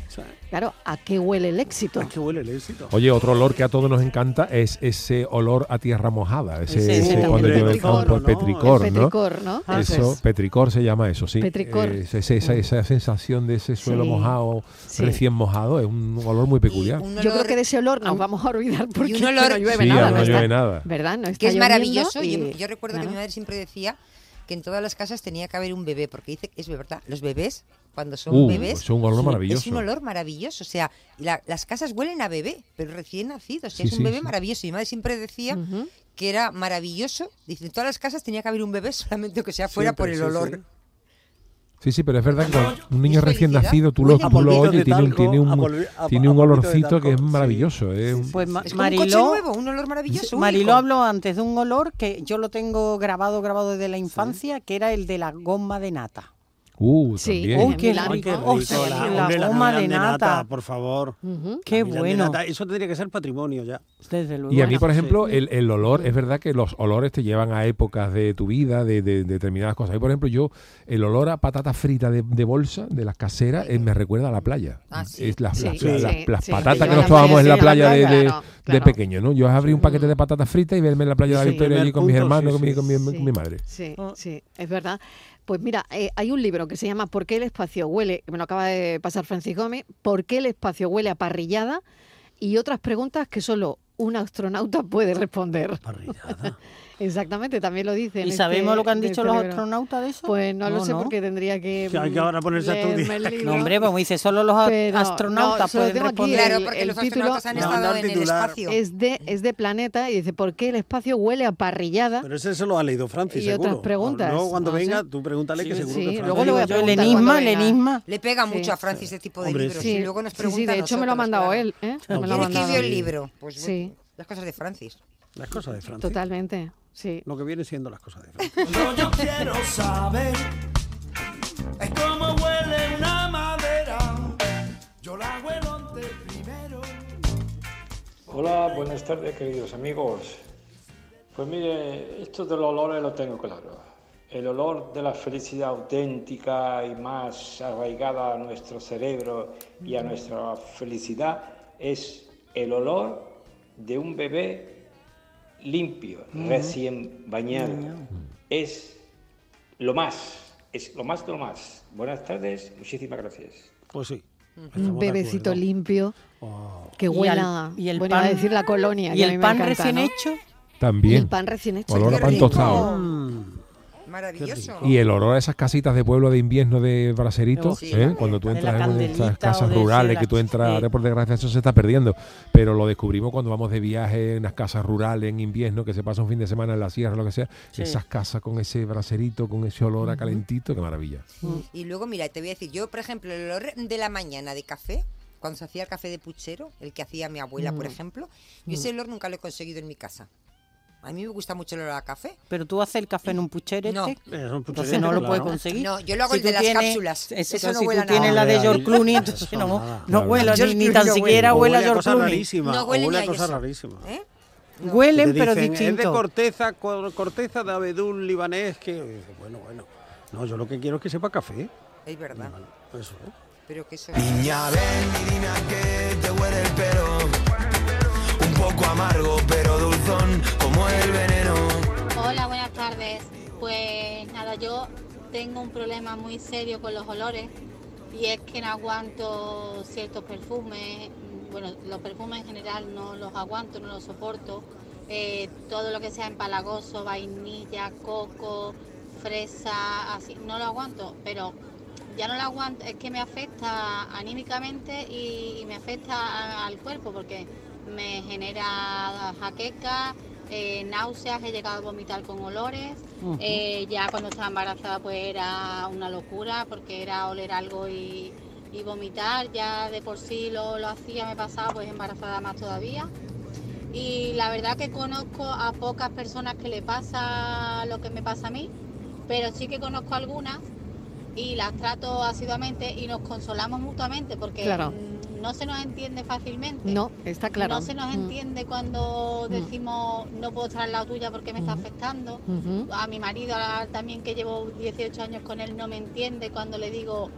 Speaker 1: Claro, ¿a qué huele el éxito?
Speaker 3: ¿A qué huele el éxito?
Speaker 4: Oye, otro olor que a todos nos encanta es ese olor a tierra mojada. Ese,
Speaker 5: Ese
Speaker 4: ese
Speaker 5: también.
Speaker 4: cuando llueve el
Speaker 1: Petricor,
Speaker 4: campo, el
Speaker 3: ¿no?
Speaker 4: petricor,
Speaker 1: El
Speaker 4: ¿no?
Speaker 1: petricor, ¿no?
Speaker 5: Ah,
Speaker 4: Eso,
Speaker 5: sí.
Speaker 4: petricor se llama eso, sí.
Speaker 1: Petricor.
Speaker 4: Eh, es- es esa,
Speaker 3: Mm.
Speaker 4: esa sensación de ese suelo
Speaker 1: Sí.
Speaker 4: mojado,
Speaker 1: Sí.
Speaker 4: recién mojado, es un olor muy peculiar.
Speaker 6: Y un
Speaker 1: Yo creo
Speaker 6: olor
Speaker 1: que de ese olor
Speaker 6: a
Speaker 1: nos
Speaker 6: un-
Speaker 1: vamos a olvidar porque
Speaker 6: un
Speaker 1: es que
Speaker 6: olor-
Speaker 1: no llueve
Speaker 4: Sí,
Speaker 1: nada.
Speaker 4: ahora no
Speaker 1: está-
Speaker 4: llueve nada.
Speaker 1: ¿Verdad? No está
Speaker 6: que es
Speaker 1: lloviendo
Speaker 6: maravilloso.
Speaker 1: y-
Speaker 6: Yo, yo recuerdo que
Speaker 1: claro.
Speaker 6: mi madre siempre decía que en todas las casas tenía que haber un bebé, porque dice que es verdad, los bebés, cuando son
Speaker 4: Uh,
Speaker 6: bebés,
Speaker 4: es un olor maravilloso.
Speaker 6: es un olor maravilloso. O sea, la- las casas huelen a bebé, pero recién nacido. O sea,
Speaker 4: Sí,
Speaker 6: es un
Speaker 4: sí,
Speaker 6: bebé
Speaker 4: sí.
Speaker 6: maravilloso. Mi madre siempre decía
Speaker 1: Ujú.
Speaker 6: que era maravilloso. Dice, en todas las casas tenía que haber un bebé, solamente que sea fuera por el
Speaker 3: Siempre, sí,
Speaker 6: olor.
Speaker 3: sí.
Speaker 4: Sí, sí, pero es verdad que cuando un niño
Speaker 6: es
Speaker 4: recién
Speaker 6: felicidad.
Speaker 4: nacido, tú lo,
Speaker 6: Huele a
Speaker 4: tú lo
Speaker 3: polvitos
Speaker 4: oyes y
Speaker 3: de
Speaker 4: tiene, un-
Speaker 3: talco,
Speaker 4: tiene un,
Speaker 3: a polvi- a-
Speaker 4: tiene
Speaker 3: a polvitos
Speaker 4: un
Speaker 3: de
Speaker 4: olorcito que es
Speaker 3: talco, sí.
Speaker 4: maravilloso. es un-
Speaker 5: Pues Ma-
Speaker 6: Es como un coche
Speaker 5: Mariló,
Speaker 6: nuevo, un olor maravilloso.
Speaker 5: Mariló
Speaker 6: único.
Speaker 5: habló antes de un olor que yo lo tengo grabado, grabado desde la infancia, que era el de la goma de nata.
Speaker 4: Uh,
Speaker 1: Sí.
Speaker 4: también.
Speaker 1: Uy,
Speaker 5: ¡Oh,
Speaker 1: En
Speaker 5: qué
Speaker 1: Milán,
Speaker 5: rico!
Speaker 1: ¿no?
Speaker 5: ¡Oh,
Speaker 1: Qué
Speaker 5: sí,
Speaker 1: rico,
Speaker 5: la,
Speaker 1: la-
Speaker 3: hombre,
Speaker 5: goma
Speaker 3: Milán
Speaker 5: de nata!
Speaker 3: por favor.
Speaker 1: Ujú.
Speaker 5: ¡Qué
Speaker 3: Milán de
Speaker 5: bueno!
Speaker 3: nata, Eso tendría que ser patrimonio ya.
Speaker 5: Desde luego.
Speaker 4: Y a mí, por
Speaker 5: Sí.
Speaker 4: ejemplo, el, el olor, es verdad que los olores te llevan a épocas de tu vida, de, de- de determinadas cosas. Y por ejemplo, yo, el olor a patata frita de, de bolsa, de las caseras, eh, me recuerda a la playa.
Speaker 6: Ah, sí.
Speaker 4: Es las,
Speaker 1: Sí,
Speaker 4: las-
Speaker 1: sí,
Speaker 4: las-
Speaker 1: sí,
Speaker 4: las
Speaker 1: sí.
Speaker 4: patatas
Speaker 1: Yo
Speaker 4: que
Speaker 1: la
Speaker 4: nos tomábamos en la
Speaker 1: playa,
Speaker 4: playa
Speaker 1: sí,
Speaker 4: de,
Speaker 1: la
Speaker 4: de-
Speaker 1: playa,
Speaker 4: de
Speaker 1: claro.
Speaker 4: pequeño, ¿no? Yo abrí un paquete de patatas fritas y verme en la playa de la
Speaker 1: Sí.
Speaker 4: Victoria allí con mis
Speaker 3: Primer punto,
Speaker 4: hermanos,
Speaker 3: sí,
Speaker 4: con, mi,
Speaker 3: sí,
Speaker 4: con, mi,
Speaker 1: sí.
Speaker 4: con mi madre.
Speaker 1: Sí,
Speaker 6: Oh.
Speaker 5: Ah.
Speaker 1: sí, es verdad. Pues mira, eh, hay un libro que se llama ¿Por qué el espacio huele? que Me lo acaba de pasar Francis Gómez. ¿Por qué el espacio huele a parrillada? Y otras preguntas que solo un astronauta puede responder.
Speaker 3: Parrillada.
Speaker 1: Exactamente, también lo dice. en
Speaker 5: ¿Y
Speaker 1: este-
Speaker 5: sabemos lo que han
Speaker 1: en
Speaker 5: dicho
Speaker 1: este
Speaker 5: los
Speaker 1: libro.
Speaker 5: astronautas de eso?
Speaker 1: Pues no, lo sé porque tendría que.
Speaker 3: Que hay que ahora ponerse a
Speaker 1: leerme
Speaker 3: estudiar.
Speaker 1: el
Speaker 3: No,
Speaker 1: libro.
Speaker 5: No, hombre, como dice, solo los a-
Speaker 1: Pero, no,
Speaker 5: astronautas
Speaker 1: solo
Speaker 5: pueden
Speaker 1: tengo aquí
Speaker 5: responder.
Speaker 1: el-
Speaker 6: Claro, porque
Speaker 1: el
Speaker 6: los
Speaker 1: título-
Speaker 6: astronautas han
Speaker 3: No,
Speaker 6: estado
Speaker 3: no,
Speaker 6: en el
Speaker 3: titular.
Speaker 6: espacio.
Speaker 1: Es de, es de Planeta y dice, ¿por qué el espacio huele a parrillada?
Speaker 3: Pero ese se lo ha leído Francis,
Speaker 1: Y otras
Speaker 3: seguro.
Speaker 1: preguntas,
Speaker 3: Luego cuando
Speaker 1: no sé.
Speaker 3: venga, tú pregúntale que seguro
Speaker 1: sí,
Speaker 3: que Francis...
Speaker 1: luego le voy a
Speaker 5: Yo, el
Speaker 1: preguntar
Speaker 5: enigma,
Speaker 1: cuando
Speaker 5: el
Speaker 1: venga.
Speaker 5: enigma.
Speaker 6: Le pega mucho
Speaker 1: Sí.
Speaker 6: a Francis este tipo de
Speaker 3: Hombre,
Speaker 6: libros.
Speaker 3: sí.
Speaker 6: Y luego nos
Speaker 1: sí, sí,
Speaker 6: pregunta
Speaker 1: de hecho me lo ha mandado él. ¿eh? Me lo ha
Speaker 3: ¿Quién
Speaker 1: mandado
Speaker 6: escribió el
Speaker 1: él.
Speaker 6: libro? Pues
Speaker 1: Sí.
Speaker 6: bueno, las cosas de Francis.
Speaker 3: Las cosas de Francis.
Speaker 1: Totalmente, sí.
Speaker 3: Lo que vienen siendo las cosas de Francis.
Speaker 2: Lo yo quiero saber es cómo huele una madera. Yo la huelo antes primero.
Speaker 9: Hola, buenas tardes queridos amigos. Pues mire, esto de los olores lo tengo claro. El olor de la felicidad auténtica y más arraigada a nuestro cerebro y a nuestra felicidad es el olor de un bebé limpio, recién bañado. Es lo más, es lo más de lo más. Buenas tardes, muchísimas gracias.
Speaker 3: Pues sí.
Speaker 1: Un
Speaker 3: estamos de
Speaker 1: bebecito
Speaker 3: acuerdo.
Speaker 1: limpio que huela.
Speaker 5: y el
Speaker 1: bueno, iba a
Speaker 5: pan-
Speaker 1: decir la colonia.
Speaker 5: Y
Speaker 1: que a mí
Speaker 5: el
Speaker 1: me
Speaker 5: pan
Speaker 1: encanta,
Speaker 5: recién
Speaker 1: ¿no?
Speaker 5: hecho.
Speaker 1: Y
Speaker 4: También.
Speaker 1: el pan recién hecho.
Speaker 4: Olor a
Speaker 1: qué
Speaker 4: pan
Speaker 1: rico.
Speaker 4: tostado.
Speaker 6: Maravilloso.
Speaker 4: Y el olor a esas casitas de pueblo de invierno de braserito,
Speaker 5: Sí,
Speaker 4: ¿eh?
Speaker 5: también.
Speaker 4: cuando tú
Speaker 5: De la
Speaker 4: entras en
Speaker 5: candelita
Speaker 4: estas
Speaker 5: o
Speaker 4: casas
Speaker 5: de ese,
Speaker 4: rurales,
Speaker 5: la-
Speaker 4: que tú entras,
Speaker 5: sí.
Speaker 4: ahora, por desgracia eso se está perdiendo, pero lo descubrimos cuando vamos de viaje en las casas rurales en invierno, que se pasa un fin de semana en la sierra, lo que sea,
Speaker 5: Sí.
Speaker 4: esas casas con ese braserito, con ese olor a calentito, qué maravilla.
Speaker 6: Y luego, mira, te voy a decir, yo, por ejemplo, el olor de la mañana de café, cuando se hacía el café de puchero, el que hacía mi abuela,
Speaker 1: Mm.
Speaker 6: por ejemplo, yo ese olor nunca lo he conseguido en mi casa. A mí me gusta mucho el olor a café.
Speaker 5: Pero tú haces el café en un pucherete.
Speaker 6: No.
Speaker 3: Es un puto
Speaker 5: Entonces no lo
Speaker 3: claro.
Speaker 5: puedes conseguir.
Speaker 6: No, yo lo hago el
Speaker 5: tú
Speaker 6: de las cápsulas. Eso
Speaker 5: claro,
Speaker 6: no
Speaker 5: si
Speaker 6: huele a
Speaker 5: tú tienes
Speaker 3: nada.
Speaker 5: la de George
Speaker 3: Eso
Speaker 5: Clooney, entonces no,
Speaker 3: nada.
Speaker 5: no,
Speaker 4: Claro.
Speaker 5: huele,
Speaker 6: George
Speaker 5: ni, ni
Speaker 6: Clooney
Speaker 5: tan
Speaker 6: no huele.
Speaker 5: siquiera
Speaker 3: O
Speaker 5: huele a
Speaker 3: a
Speaker 5: George
Speaker 3: cosas
Speaker 5: Clooney.
Speaker 3: rarísimas.
Speaker 6: No
Speaker 3: o
Speaker 6: huele
Speaker 3: huele a
Speaker 6: ni a
Speaker 3: cosas
Speaker 6: eso.
Speaker 3: rarísimas.
Speaker 6: ¿eh?
Speaker 5: Huelen,
Speaker 3: Que
Speaker 5: pero
Speaker 3: dicen, Es de
Speaker 5: distinto.
Speaker 3: corteza, cor- corteza de abedul libanés que... y dices, Bueno, bueno. No, yo lo que quiero es que sepa café.
Speaker 6: Es verdad.
Speaker 3: Eso, ¿eh?
Speaker 6: Pero que eso.
Speaker 2: Niña, ven y dime a qué te huele el pelo. Un poco amargo, pero dulzón, como el veneno.
Speaker 10: Hola, buenas tardes. Pues nada, yo tengo un problema muy serio con los olores y es que no aguanto ciertos perfumes. Bueno, los perfumes en general no los aguanto, no los soporto. Eh, todo lo que sea empalagoso, vainilla, coco, fresa, así, no lo aguanto. Pero ya no la aguanto, es que me afecta anímicamente y, y me afecta a- al cuerpo porque me genera jaqueca, eh, náuseas, he llegado a vomitar con olores.
Speaker 11: Ujú.
Speaker 10: Eh, ya cuando estaba embarazada pues era una locura porque era oler algo y, y vomitar, ya de por sí lo, lo hacía, me pasaba pues embarazada más todavía. Y la verdad que conozco a pocas personas que le pasa lo que me pasa a mí, pero sí que conozco algunas y las trato asiduamente y nos consolamos mutuamente porque
Speaker 1: Claro.
Speaker 10: mm, no se nos entiende fácilmente.
Speaker 1: No, está claro.
Speaker 10: No se nos
Speaker 1: Mm.
Speaker 10: entiende cuando
Speaker 1: Mm.
Speaker 10: decimos no puedo estar al lado tuya porque me está afectando.
Speaker 1: Ujú.
Speaker 10: A mi marido a- también que llevo 18 años con él no me entiende cuando le digo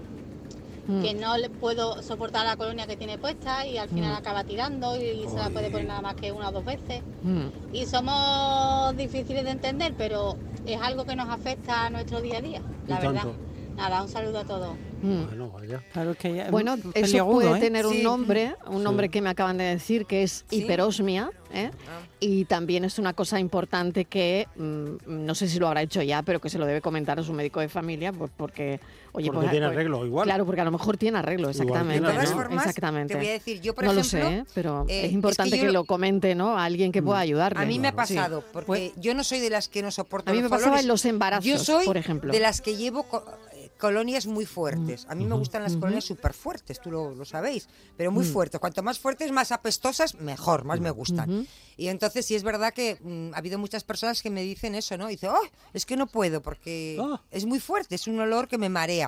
Speaker 1: Mm.
Speaker 10: que no le puedo soportar la colonia que tiene puesta y al final
Speaker 1: Mm.
Speaker 10: acaba tirando y, se la puede poner nada más que una o dos veces.
Speaker 1: Mm.
Speaker 10: Y somos difíciles de entender, pero es algo que nos afecta a nuestro día a día, la
Speaker 3: Y
Speaker 10: verdad.
Speaker 3: tanto.
Speaker 10: Nada, un saludo a todos.
Speaker 1: Mm.
Speaker 3: Bueno, vaya.
Speaker 5: Claro, es que ya-
Speaker 1: Bueno,
Speaker 5: mm,
Speaker 1: eso
Speaker 5: peliagudo,
Speaker 1: puede
Speaker 5: ¿eh?
Speaker 1: tener un
Speaker 5: Sí.
Speaker 1: nombre, un nombre que me acaban de decir, que es hiperosmia, ¿eh? y también es una cosa importante que, mm, no sé si lo habrá hecho ya, pero que se lo debe comentar a su médico de familia, pues porque... Oye,
Speaker 3: Porque
Speaker 1: pues,
Speaker 3: tiene
Speaker 1: pues-
Speaker 3: arreglo, igual.
Speaker 1: Claro, porque a lo mejor tiene arreglo,
Speaker 3: Igual tiene
Speaker 1: exactamente.
Speaker 3: arreglo. De todas
Speaker 1: ¿no?
Speaker 6: formas,
Speaker 1: exactamente.
Speaker 6: te voy a decir, yo, por
Speaker 1: no
Speaker 6: ejemplo,
Speaker 1: lo sé, pero
Speaker 6: eh, es
Speaker 1: es
Speaker 6: que
Speaker 1: importante que,
Speaker 6: yo-
Speaker 1: lo comente ¿no? a alguien
Speaker 3: Mm.
Speaker 1: que pueda ayudarle.
Speaker 6: A mí me ha
Speaker 1: Sí. Pues
Speaker 6: pasado, porque yo no soy de las que no soporto
Speaker 1: A mí me
Speaker 6: los
Speaker 1: pasaba
Speaker 6: olores.
Speaker 1: en los embarazos,
Speaker 6: Yo soy
Speaker 1: por ejemplo.
Speaker 6: de las que llevo co- eh, colonias muy fuertes. A mí me gustan las colonias súper fuertes, tú lo, lo sabéis, pero muy
Speaker 1: Mm.
Speaker 6: fuertes. Cuanto más fuertes, más apestosas, mejor, más me gustan. Y entonces sí es verdad que mm, ha habido muchas personas que me dicen eso, ¿no? Dice, oh, es que no puedo porque
Speaker 5: Ah.
Speaker 6: es muy fuerte, es un olor que me marea.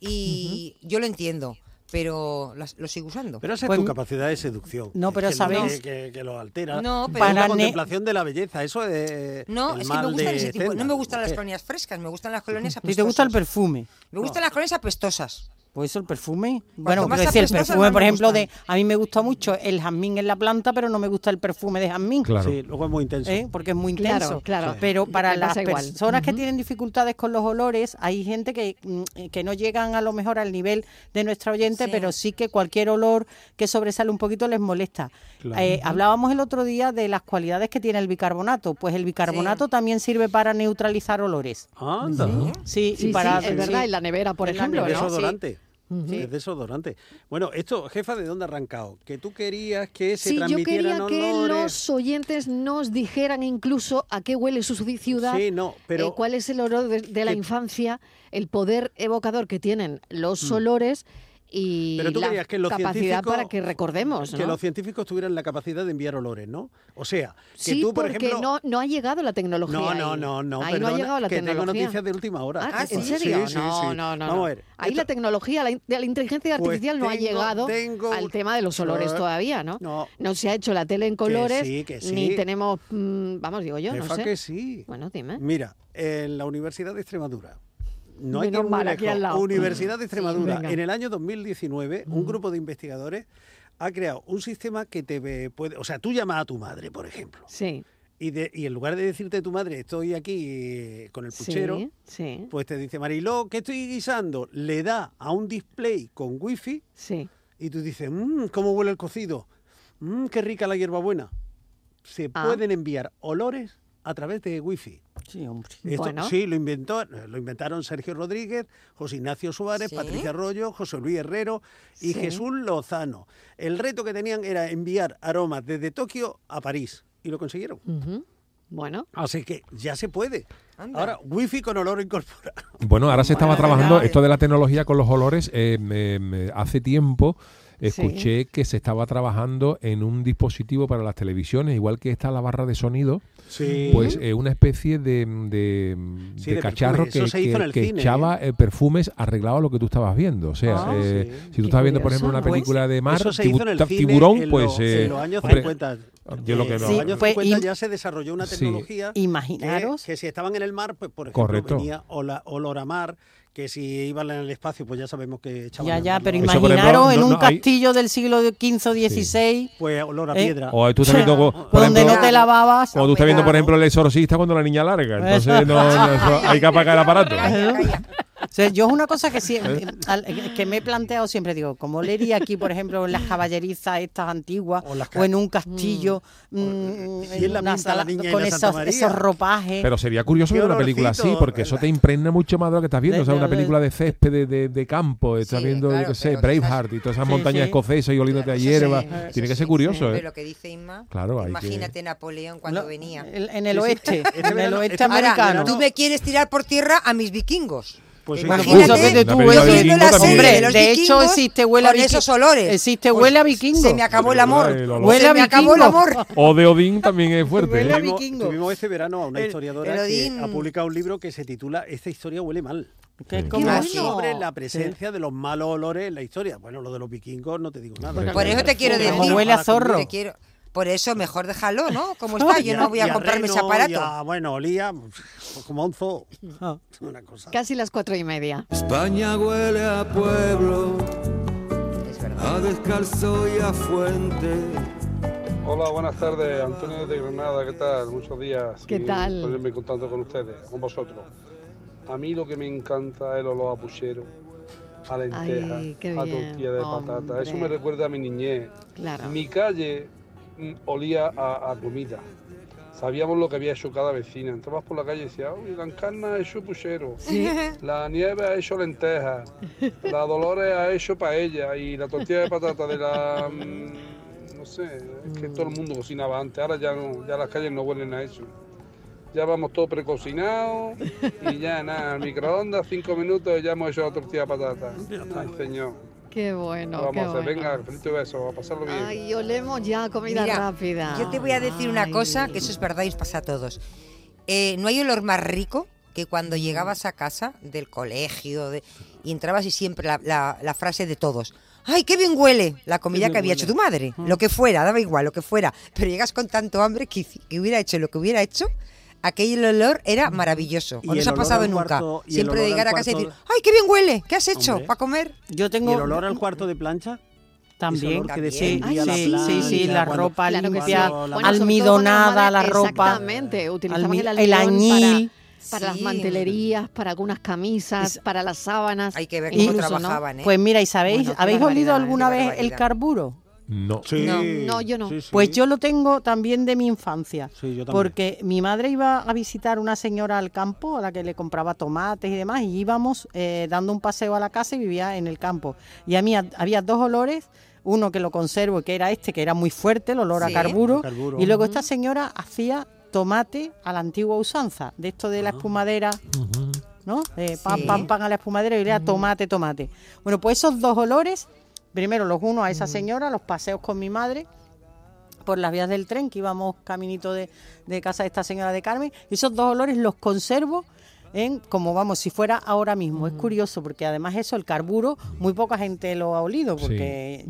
Speaker 6: Y yo lo entiendo, pero las- lo sigo usando.
Speaker 3: Pero esa
Speaker 5: Pues-
Speaker 3: es tu capacidad de seducción.
Speaker 5: No, pero
Speaker 3: que
Speaker 5: sabéis-
Speaker 3: Que, que- que lo altera.
Speaker 6: No,
Speaker 3: Es
Speaker 6: pero-
Speaker 3: la
Speaker 5: Para ne-
Speaker 3: contemplación de la belleza. Eso es.
Speaker 6: No,
Speaker 3: el
Speaker 6: es que me
Speaker 3: mal
Speaker 6: gustan
Speaker 3: de
Speaker 6: ese tipo.
Speaker 3: Zenda.
Speaker 6: No me gustan las
Speaker 3: ¿Qué?
Speaker 6: colonias frescas, me gustan las colonias
Speaker 5: Si
Speaker 6: apestosas.
Speaker 5: te gusta el perfume,
Speaker 6: Me gustan las colonias apestosas.
Speaker 5: pues eso, el perfume. Bueno,
Speaker 6: más
Speaker 5: quiero decir, el
Speaker 6: apestosas,
Speaker 5: perfume,
Speaker 6: más
Speaker 5: por
Speaker 6: me
Speaker 5: ejemplo,
Speaker 6: gustan.
Speaker 5: de a mí me gusta mucho el jazmín en la planta, pero no me gusta el perfume de jazmín.
Speaker 4: Claro.
Speaker 3: Sí, luego es muy intenso.
Speaker 5: ¿eh? porque es muy
Speaker 1: Claro,
Speaker 5: intenso.
Speaker 1: claro.
Speaker 5: Pero
Speaker 1: Sí.
Speaker 5: para
Speaker 1: Me
Speaker 5: las
Speaker 1: pasa igual.
Speaker 5: personas que
Speaker 1: Ujú.
Speaker 5: tienen dificultades con los olores, hay gente que, mm, que no llegan a lo mejor al nivel de nuestra oyente,
Speaker 6: Sí.
Speaker 5: pero sí que cualquier olor que sobresale un poquito les molesta.
Speaker 4: Claro.
Speaker 5: Eh, hablábamos el otro día de las cualidades que tiene el bicarbonato. Pues el bicarbonato también sirve para neutralizar olores.
Speaker 3: Ah, Anda.
Speaker 5: Sí,
Speaker 1: Sí,
Speaker 5: y para
Speaker 1: sí, es verdad,
Speaker 5: sí.
Speaker 1: en la nevera, por
Speaker 5: En la
Speaker 1: ejemplo,
Speaker 3: Es
Speaker 5: nevera,
Speaker 1: ¿no?
Speaker 5: eso-
Speaker 3: desodorante.
Speaker 1: Ujú.
Speaker 3: Es desodorante. Bueno, esto, jefa, ¿de dónde ha arrancado? Que tú querías que se
Speaker 1: Sí, yo quería
Speaker 3: transmitieran
Speaker 1: que
Speaker 3: olores.
Speaker 1: los oyentes nos dijeran incluso a qué huele su ciudad,
Speaker 3: Sí, no, pero-
Speaker 1: eh, cuál es el olor de, de la
Speaker 3: que-
Speaker 1: infancia, el poder evocador que tienen los olores y
Speaker 3: Mm. Pero tú
Speaker 1: la
Speaker 3: querías que los
Speaker 1: capacidad
Speaker 3: científicos-
Speaker 1: para que recordemos,
Speaker 3: Que
Speaker 1: ¿no?
Speaker 3: los científicos tuvieran la capacidad de enviar olores, ¿no? O sea, que
Speaker 1: sí,
Speaker 3: tú, por
Speaker 1: porque
Speaker 3: ejemplo.
Speaker 1: no, no ha llegado la tecnología.
Speaker 3: No, no,
Speaker 1: ahí.
Speaker 3: no, no,
Speaker 1: Ahí no
Speaker 3: perdona,
Speaker 1: ha llegado la
Speaker 3: que tengo
Speaker 1: tecnología.
Speaker 3: noticias de última hora.
Speaker 1: Ah,
Speaker 3: Ah,
Speaker 1: ¿En
Speaker 3: sí,
Speaker 1: serio?
Speaker 3: sí,
Speaker 1: no,
Speaker 3: sí.
Speaker 1: no, no.
Speaker 3: Vamos
Speaker 1: no.
Speaker 3: a ver,
Speaker 1: Ahí
Speaker 3: esto-
Speaker 1: la tecnología, la, in- la inteligencia
Speaker 3: Pues
Speaker 1: artificial no ha
Speaker 3: tengo-
Speaker 1: llegado
Speaker 3: tengo
Speaker 1: al
Speaker 3: un-
Speaker 1: tema de los olores
Speaker 3: Eh,
Speaker 1: todavía, ¿no?
Speaker 3: no.
Speaker 1: se ha hecho la tele en colores,
Speaker 3: sí, que sí.
Speaker 1: ni tenemos, mm, vamos, digo yo, no
Speaker 3: Jefa,
Speaker 1: sé.
Speaker 3: que sí.
Speaker 1: Bueno, dime.
Speaker 3: Mira, en la Universidad de Extremadura. No hay que
Speaker 1: Menos
Speaker 3: ir muy
Speaker 1: mal, aquí
Speaker 3: lejos.
Speaker 1: al lado.
Speaker 3: Universidad de
Speaker 1: Sí,
Speaker 3: Extremadura.
Speaker 1: venga.
Speaker 3: en el año 2019, un grupo de investigadores ha creado un sistema que te ve- puede. O sea, tú llamas a tu madre, por ejemplo.
Speaker 1: Sí,
Speaker 3: Y, de- y en lugar de decirte a tu madre, estoy aquí eh, con el puchero,
Speaker 1: sí, sí,
Speaker 3: pues te dice, Mariló, ¿qué estoy guisando? Le da a un display con wifi
Speaker 1: sí.
Speaker 3: y tú dices, mmm, ¿cómo huele el cocido? Mmm, qué rica la hierbabuena. Se
Speaker 1: Ah.
Speaker 3: pueden enviar olores a través de wifi.
Speaker 5: Sí, hombre.
Speaker 3: Esto,
Speaker 1: Bueno.
Speaker 3: Sí, lo, inventó, lo inventaron Sergio Rodríguez, José Ignacio Suárez,
Speaker 6: Sí.
Speaker 3: Patricia Arroyo, José Luis Herrero
Speaker 1: Sí.
Speaker 3: y Jesús Lozano. El reto que tenían era enviar aromas desde Tokio a París y lo consiguieron.
Speaker 1: Ujú. Bueno,
Speaker 3: Así que ya se puede.
Speaker 6: Anda.
Speaker 3: Ahora, wifi con olor incorporado.
Speaker 4: Bueno, ahora se estaba
Speaker 6: Bueno,
Speaker 4: trabajando
Speaker 6: verdad.
Speaker 4: esto de la tecnología con los olores. eh, me- me- hace tiempo escuché que se estaba trabajando en un dispositivo para las televisiones, igual que está la barra de sonido,
Speaker 3: Sí.
Speaker 4: pues eh, una especie de, mm, de-
Speaker 3: Sí,
Speaker 4: de
Speaker 3: de
Speaker 4: cacharro
Speaker 3: perfume. Eso
Speaker 4: que,
Speaker 3: se hizo
Speaker 4: que-
Speaker 3: en el
Speaker 4: que
Speaker 3: cine,
Speaker 4: echaba eh, perfumes arreglado a lo que tú estabas viendo. O sea,
Speaker 3: Ah,
Speaker 4: eh,
Speaker 3: sí.
Speaker 4: si
Speaker 1: Qué
Speaker 4: tú estabas viendo, por
Speaker 1: curioso,
Speaker 4: ejemplo, una
Speaker 1: ¿no?
Speaker 4: película de mar,
Speaker 3: Pues Eso se
Speaker 4: tibu-
Speaker 3: hizo en el
Speaker 4: ta-
Speaker 3: cine
Speaker 4: tiburón,
Speaker 3: en
Speaker 4: pues...
Speaker 3: los,
Speaker 4: eh,
Speaker 3: en los años
Speaker 4: hombre,
Speaker 3: 50.
Speaker 4: yo lo que-
Speaker 3: en
Speaker 4: Sí,
Speaker 3: los años
Speaker 5: pues,
Speaker 3: 50
Speaker 5: im-
Speaker 3: ya se desarrolló una
Speaker 4: Sí.
Speaker 3: tecnología eh,
Speaker 5: Imaginaros.
Speaker 3: que, que si estaban en el mar, pues por ejemplo
Speaker 4: Correcto.
Speaker 3: venía ola- olor a mar, que si iban en el espacio, pues ya sabemos que echaban
Speaker 5: Ya,
Speaker 3: al
Speaker 5: ya,
Speaker 3: mar,
Speaker 5: pero
Speaker 3: ¿no?
Speaker 4: Eso, por ejemplo,
Speaker 5: imaginaros en
Speaker 4: no-
Speaker 5: un
Speaker 4: no hay-
Speaker 5: castillo del siglo XV o XVI,
Speaker 3: pues olor a
Speaker 5: ¿Eh?
Speaker 3: piedra.
Speaker 4: o tú estás viendo, por
Speaker 5: donde
Speaker 4: ejemplo,
Speaker 5: no te lavabas.
Speaker 4: Cuando tú estás viendo, por ejemplo, el exorcista cuando la niña larga. Entonces,
Speaker 5: Eso.
Speaker 4: no, no, eso- hay que apagar el aparato.
Speaker 6: Calla, calla.
Speaker 5: sea, yo es una cosa que siempre, al- eh, que me he planteado siempre, digo, como olería aquí, por ejemplo, en las caballerizas estas antiguas
Speaker 3: Mm.
Speaker 5: o,
Speaker 3: O las ca-
Speaker 5: en un castillo mm,
Speaker 3: si es la
Speaker 5: una
Speaker 3: pinta
Speaker 5: sala-
Speaker 3: la niña de
Speaker 5: con
Speaker 3: Santa
Speaker 5: esos,
Speaker 3: María.
Speaker 5: esos ropajes.
Speaker 4: Pero sería curioso ver una
Speaker 3: olorcito,
Speaker 4: película así, porque eso te impregna mucho más de lo que estás viendo. O sea, una película de césped, de, de- de campo, estás
Speaker 6: Sí,
Speaker 4: viendo, yo
Speaker 6: claro,
Speaker 4: qué sé,
Speaker 6: pero quizás-
Speaker 4: Braveheart y todas esas
Speaker 5: Sí,
Speaker 4: montañas
Speaker 5: sí.
Speaker 4: escocesas y oliéndote a hierba.
Speaker 6: sí,
Speaker 4: Tiene que
Speaker 6: sí,
Speaker 4: ser curioso,
Speaker 6: Pero
Speaker 4: ¿eh?
Speaker 6: lo que dice Inma,
Speaker 4: Claro, hay que-
Speaker 6: imagínate Napoleón cuando
Speaker 5: No,
Speaker 6: venía.
Speaker 5: el- en el
Speaker 3: Sí, sí.
Speaker 5: oeste,
Speaker 3: Este
Speaker 5: en el
Speaker 3: verano-
Speaker 5: oeste
Speaker 3: este verano-
Speaker 5: americano.
Speaker 6: Tú me quieres tirar por tierra a mis vikingos.
Speaker 3: Pues
Speaker 5: Imagínate,
Speaker 3: imagínate.
Speaker 5: Fíjate tú,
Speaker 4: Una película
Speaker 5: yo
Speaker 4: de
Speaker 5: viendo
Speaker 4: vikingo
Speaker 5: la
Speaker 4: también.
Speaker 5: Hombre,
Speaker 6: serie los
Speaker 5: de hecho
Speaker 6: vikingos
Speaker 5: existe huele a
Speaker 6: con
Speaker 5: viking-
Speaker 6: esos olores. Pues,
Speaker 5: Existe huele a vikingo.
Speaker 6: Se me acabó el
Speaker 4: Película
Speaker 6: amor.
Speaker 4: del olor.
Speaker 5: Huele
Speaker 6: Se
Speaker 5: a
Speaker 6: me acabó el
Speaker 5: vikingo.
Speaker 6: amor.
Speaker 4: O de Odín también es fuerte.
Speaker 5: Huele a
Speaker 4: ¿eh?
Speaker 5: vikingo.
Speaker 3: Tuvimos, tuvimos este verano a una historiadora
Speaker 6: el
Speaker 3: que
Speaker 6: Odín.
Speaker 3: ha publicado un libro que se titula Esta historia huele mal.
Speaker 5: Que es como-
Speaker 1: ¿Cómo?
Speaker 6: bueno.
Speaker 3: Sobre la presencia de los malos olores en la historia. Bueno, lo de los vikingos no te digo nada.
Speaker 4: Hombre,
Speaker 6: Por eso te quiero
Speaker 5: Como
Speaker 6: decir.
Speaker 5: huele a zorro.
Speaker 6: Te quiero- Por eso mejor déjalo, ¿no? Como está, yo
Speaker 3: Y
Speaker 6: no
Speaker 3: y
Speaker 6: voy a comprarme ese
Speaker 3: reno, y
Speaker 6: aparato.
Speaker 3: a- bueno, olía pues, como a un zoo.
Speaker 5: Ah.
Speaker 3: Una cosa.
Speaker 1: Casi las cuatro y media.
Speaker 2: España huele a pueblo,
Speaker 6: Es verdad.
Speaker 2: a descalzo y a fuente.
Speaker 9: Hola, buenas tardes. Antonio de Granada, ¿qué tal? Muchos días.
Speaker 1: ¿Qué
Speaker 9: y
Speaker 1: tal?
Speaker 9: Ponerme en contacto con ustedes, con vosotros. A mí lo que me encanta es el olor a puchero, a lenteja,
Speaker 1: Ay, qué
Speaker 9: a
Speaker 1: bien,
Speaker 9: tortilla de patata. Eso me
Speaker 1: hombre.
Speaker 9: recuerda a mi niñez.
Speaker 1: Claro.
Speaker 9: Mi calle mm, olía a, a comida. Sabíamos lo que había hecho cada vecina. Entrabas por la calle y decías, uy, la encarna ha hecho puchero, la nieve ha hecho lenteja, la Dolores ha hecho paella y la tortilla de patata de la... mm, no sé, es que todo el mundo cocinaba antes, ahora ya no, ya las calles no huelen a eso. Ya vamos todo precocinados y ya nada, al microondas cinco minutos y ya hemos hecho la tortilla de patata. Ay, señor.
Speaker 1: Qué
Speaker 9: ¿qué
Speaker 1: bueno,
Speaker 9: vamos
Speaker 1: qué
Speaker 9: a hacer,
Speaker 1: bueno.
Speaker 9: venga, frito beso, a pasarlo bien.
Speaker 1: Ay, olemos ya comida
Speaker 6: Mira,
Speaker 1: rápida.
Speaker 6: Yo te voy a decir una
Speaker 1: Ay.
Speaker 6: cosa, que eso es verdad y os pasa a todos. Eh, no hay olor más rico que cuando
Speaker 3: Mm.
Speaker 6: llegabas a casa del colegio de- y entrabas y siempre la, la- la frase de todos. ¡Ay, qué bien huele! La comida que había hecho tu madre.
Speaker 3: Mm.
Speaker 6: Lo que fuera, daba igual, lo que fuera. Pero llegas con tanto hambre que, hici- que hubiera hecho lo que hubiera hecho, aquel olor era maravilloso.
Speaker 3: Mm. Y
Speaker 6: No
Speaker 3: el
Speaker 6: nos ha
Speaker 3: olor
Speaker 6: pasado
Speaker 3: al
Speaker 6: nunca.
Speaker 3: cuarto- y el
Speaker 6: siempre de
Speaker 3: olor al
Speaker 6: llegar a casa y decir,
Speaker 3: cuarto-
Speaker 6: ¡ay, qué bien huele! ¿Qué has hecho
Speaker 3: Hombre.
Speaker 6: para comer?
Speaker 5: Yo
Speaker 3: ¿Y
Speaker 5: tengo
Speaker 3: el olor al cuarto de plancha?
Speaker 5: también.
Speaker 3: Ese olor que
Speaker 5: Sí,
Speaker 6: también.
Speaker 3: desprendía la
Speaker 5: sí, sí, sí,
Speaker 3: plancha
Speaker 5: la
Speaker 3: cuando-
Speaker 5: ropa
Speaker 1: Claro que
Speaker 5: limpia,
Speaker 1: sí. Bueno, sobre todo cuando
Speaker 5: almidonada,
Speaker 1: las
Speaker 5: la
Speaker 1: madres-
Speaker 5: ropa.
Speaker 1: Exactamente, utilizaban
Speaker 5: Almi-
Speaker 1: el,
Speaker 5: el
Speaker 1: almidón
Speaker 5: añil.
Speaker 1: Para, para
Speaker 6: Sí.
Speaker 1: las mantelerías, para algunas camisas,
Speaker 5: Es-
Speaker 1: para las sábanas.
Speaker 6: Hay que ver
Speaker 5: Y-
Speaker 6: cómo
Speaker 1: incluso, ¿no?
Speaker 6: trabajaban, ¿eh?
Speaker 5: Pues mira, ¿y sabéis?
Speaker 1: Bueno, qué
Speaker 5: ¿Habéis olido
Speaker 6: barbaridad,
Speaker 5: alguna
Speaker 6: qué
Speaker 5: vez el
Speaker 6: barbaridad.
Speaker 5: carburo?
Speaker 4: No.
Speaker 3: Sí,
Speaker 6: No,
Speaker 1: no, yo no.
Speaker 3: sí, sí.
Speaker 5: Pues yo lo tengo también de mi infancia.
Speaker 3: Sí, yo también.
Speaker 5: Porque mi madre iba a visitar una señora al campo a la que le compraba tomates y demás, y íbamos eh, dando un paseo a la casa y vivía en el campo. Y a mí ha- había dos olores, uno que lo conservo, que era este, que era muy fuerte, el olor a
Speaker 6: Sí.
Speaker 5: carburo,
Speaker 3: A carburo.
Speaker 5: y luego esta señora hacía tomate a la antigua usanza, de esto
Speaker 3: Ah.
Speaker 5: de la espumadera. ¿no? Eh, pan,
Speaker 6: Sí.
Speaker 5: pan, pan a la espumadera y olía a tomate, tomate. Bueno, pues esos dos olores, primero los unos a esa señora, los paseos con mi madre por las vías del tren, que íbamos caminito de, de casa de esta señora de Carmen, y esos dos olores los conservo. En, como vamos, si fuera ahora mismo. Es curioso porque además eso, el carburo, muy poca gente lo ha olido porque,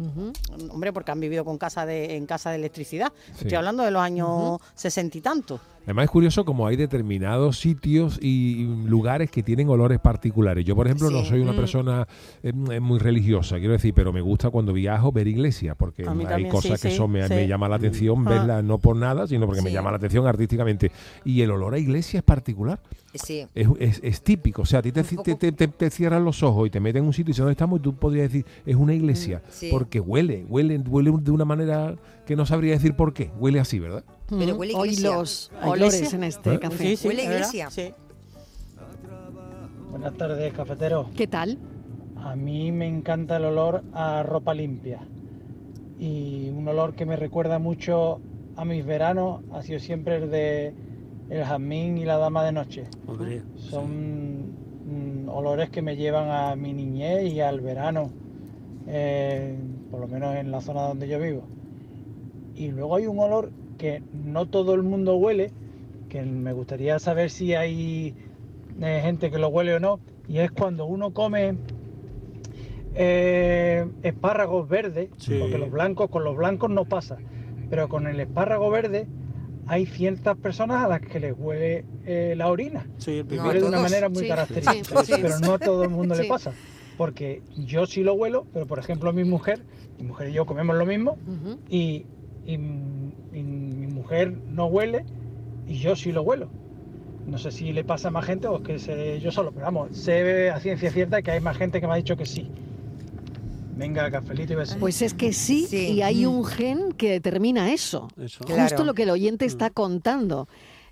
Speaker 5: hombre, porque han vivido con casa de, en casa de electricidad.
Speaker 4: Sí.
Speaker 5: Estoy hablando de los años sesenta y tantos.
Speaker 4: Además es curioso como hay determinados sitios y lugares que tienen olores particulares. Yo, por ejemplo, no
Speaker 6: Sí.
Speaker 4: soy
Speaker 5: mm.
Speaker 4: una persona eh, muy religiosa, quiero decir, pero me gusta cuando viajo ver iglesias, porque
Speaker 5: A mí
Speaker 4: hay
Speaker 5: también,
Speaker 4: cosas
Speaker 5: sí,
Speaker 4: que
Speaker 5: sí,
Speaker 4: son, me,
Speaker 5: sí. Mm. Ah.
Speaker 4: me llama la atención verlas, no por nada, sino porque me
Speaker 6: Sí.
Speaker 4: llama la atención artísticamente. Y el olor a iglesia es particular,
Speaker 6: Sí.
Speaker 4: es, es- es típico. O sea, a ti te,
Speaker 6: Un
Speaker 4: te- te- te- te cierran los ojos y te meten en un sitio y dicen, ¿dónde estamos? Y tú podrías decir, es una iglesia,
Speaker 5: Mm,
Speaker 6: sí.
Speaker 4: porque huele, huele, huele de una manera que no sabría decir por qué, huele así, ¿verdad?
Speaker 6: Pero huele a
Speaker 1: Hoy
Speaker 6: iglesia.
Speaker 1: los
Speaker 5: ¿A
Speaker 1: olores
Speaker 5: iglesia?
Speaker 1: en este
Speaker 4: ¿Eh?
Speaker 1: café.
Speaker 6: Huele a
Speaker 5: ¿verdad?
Speaker 6: iglesia.
Speaker 5: Sí.
Speaker 11: Buenas tardes, cafetero.
Speaker 1: ¿Qué tal?
Speaker 11: A mí me encanta el olor a ropa limpia. Y un olor que me recuerda mucho a mis veranos ha sido siempre el de el jazmín y la dama de noche.
Speaker 3: Hombre,
Speaker 11: Son mm, olores que me llevan a mi niñez y al verano, eh, por lo menos en la zona donde yo vivo. Y luego hay un olor que no todo el mundo huele, que me gustaría saber si hay eh, gente que lo huele o no, y es cuando uno come eh, espárragos verdes,
Speaker 3: Sí.
Speaker 11: porque los blancos, con los blancos no pasa, pero con el espárrago verde hay ciertas personas a las que les huele eh, la orina
Speaker 3: sí, el
Speaker 6: No,
Speaker 3: primero.
Speaker 11: huele de una
Speaker 6: todos.
Speaker 11: manera muy
Speaker 1: Sí,
Speaker 11: característica,
Speaker 1: sí, sí.
Speaker 11: pero no a todo el mundo
Speaker 1: Sí.
Speaker 11: le pasa. Porque yo sí lo huelo, pero por ejemplo mi mujer, mi mujer y yo comemos lo mismo
Speaker 1: Ujú.
Speaker 11: y, y m- y mi mujer no huele y yo sí lo huelo. No sé si le pasa a más gente o es que sé yo solo, pero vamos, sé a ciencia cierta que hay más gente que me ha dicho que sí. Venga, cafelito y besitos.
Speaker 1: Pues es que sí, y hay un gen que determina eso. Justo
Speaker 11: Claro.
Speaker 1: lo que el oyente está contando.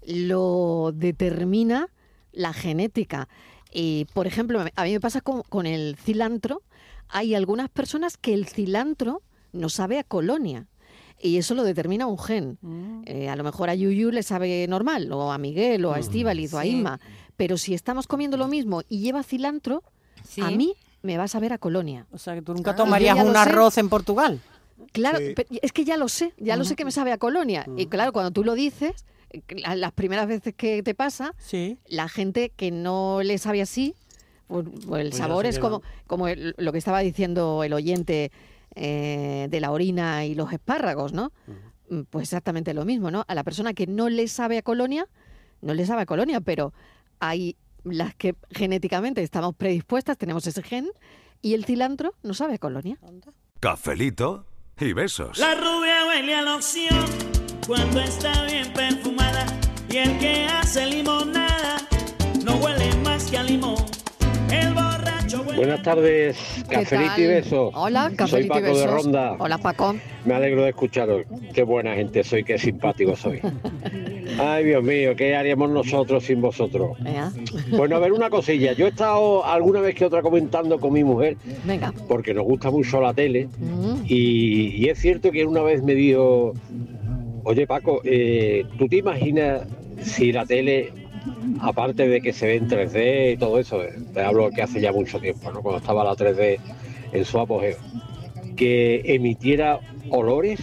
Speaker 1: Lo determina la genética. Y, por ejemplo, a mí me pasa con, con el cilantro. Hay algunas personas que el cilantro no sabe a colonia. Y eso lo determina un gen. Eh, a lo mejor a Yuyu le sabe normal, o a Miguel, o a
Speaker 12: Mm.
Speaker 1: Estíbaliz, o a
Speaker 12: Sí.
Speaker 1: Inma. Pero si estamos comiendo lo mismo y lleva cilantro, a mí me va a saber a colonia.
Speaker 5: O sea, que tú nunca
Speaker 1: Ah.
Speaker 5: tomarías
Speaker 1: Yo ya
Speaker 5: un
Speaker 1: lo sé.
Speaker 5: arroz en Portugal.
Speaker 1: Claro,
Speaker 5: Sí.
Speaker 1: pero es que ya lo sé, ya lo sé que me sabe a colonia.
Speaker 5: Mm.
Speaker 1: Y claro, cuando tú lo dices, eh, la- las primeras veces que te pasa, la gente que no le sabe así, pues, pues el
Speaker 12: Pues ya
Speaker 1: sabor
Speaker 12: se
Speaker 1: es
Speaker 12: queda.
Speaker 1: como, como el- lo que estaba diciendo el oyente eh, de la orina y los espárragos, ¿no? Mm, Pues exactamente lo mismo, ¿no? A la persona que no le sabe a colonia, no le sabe a colonia, pero hay las que genéticamente estamos predispuestas, tenemos ese gen, y el cilantro no sabe a colonia.
Speaker 13: Cafelito y besos.
Speaker 14: La rubia huele a la opción cuando está bien perfumada y el que hace limonada no huele más que a limón. El borracho huele
Speaker 15: Buenas tardes,
Speaker 1: ¿Qué
Speaker 15: cafelito
Speaker 1: tal?
Speaker 15: y besos.
Speaker 1: Hola,
Speaker 15: Soy
Speaker 1: cafelito
Speaker 15: Paco
Speaker 1: y besos.
Speaker 15: de Ronda.
Speaker 1: Hola, Paco.
Speaker 15: Me alegro de escucharos. Qué buena gente soy, qué simpático soy. Ay, Dios mío, ¿qué haríamos nosotros sin vosotros?
Speaker 1: Vea.
Speaker 15: Bueno, a ver una cosilla. Yo he estado alguna vez que otra comentando con mi mujer,
Speaker 1: Venga.
Speaker 15: porque nos gusta mucho la tele,
Speaker 1: Mm.
Speaker 15: y, y es cierto que una vez me dijo, oye Paco, eh, ¿tú te imaginas si la tele, aparte de que se ve en 3D y todo eso, eh, te hablo que hace ya mucho tiempo, ¿no? cuando estaba la 3D en su apogeo, que emitiera olores?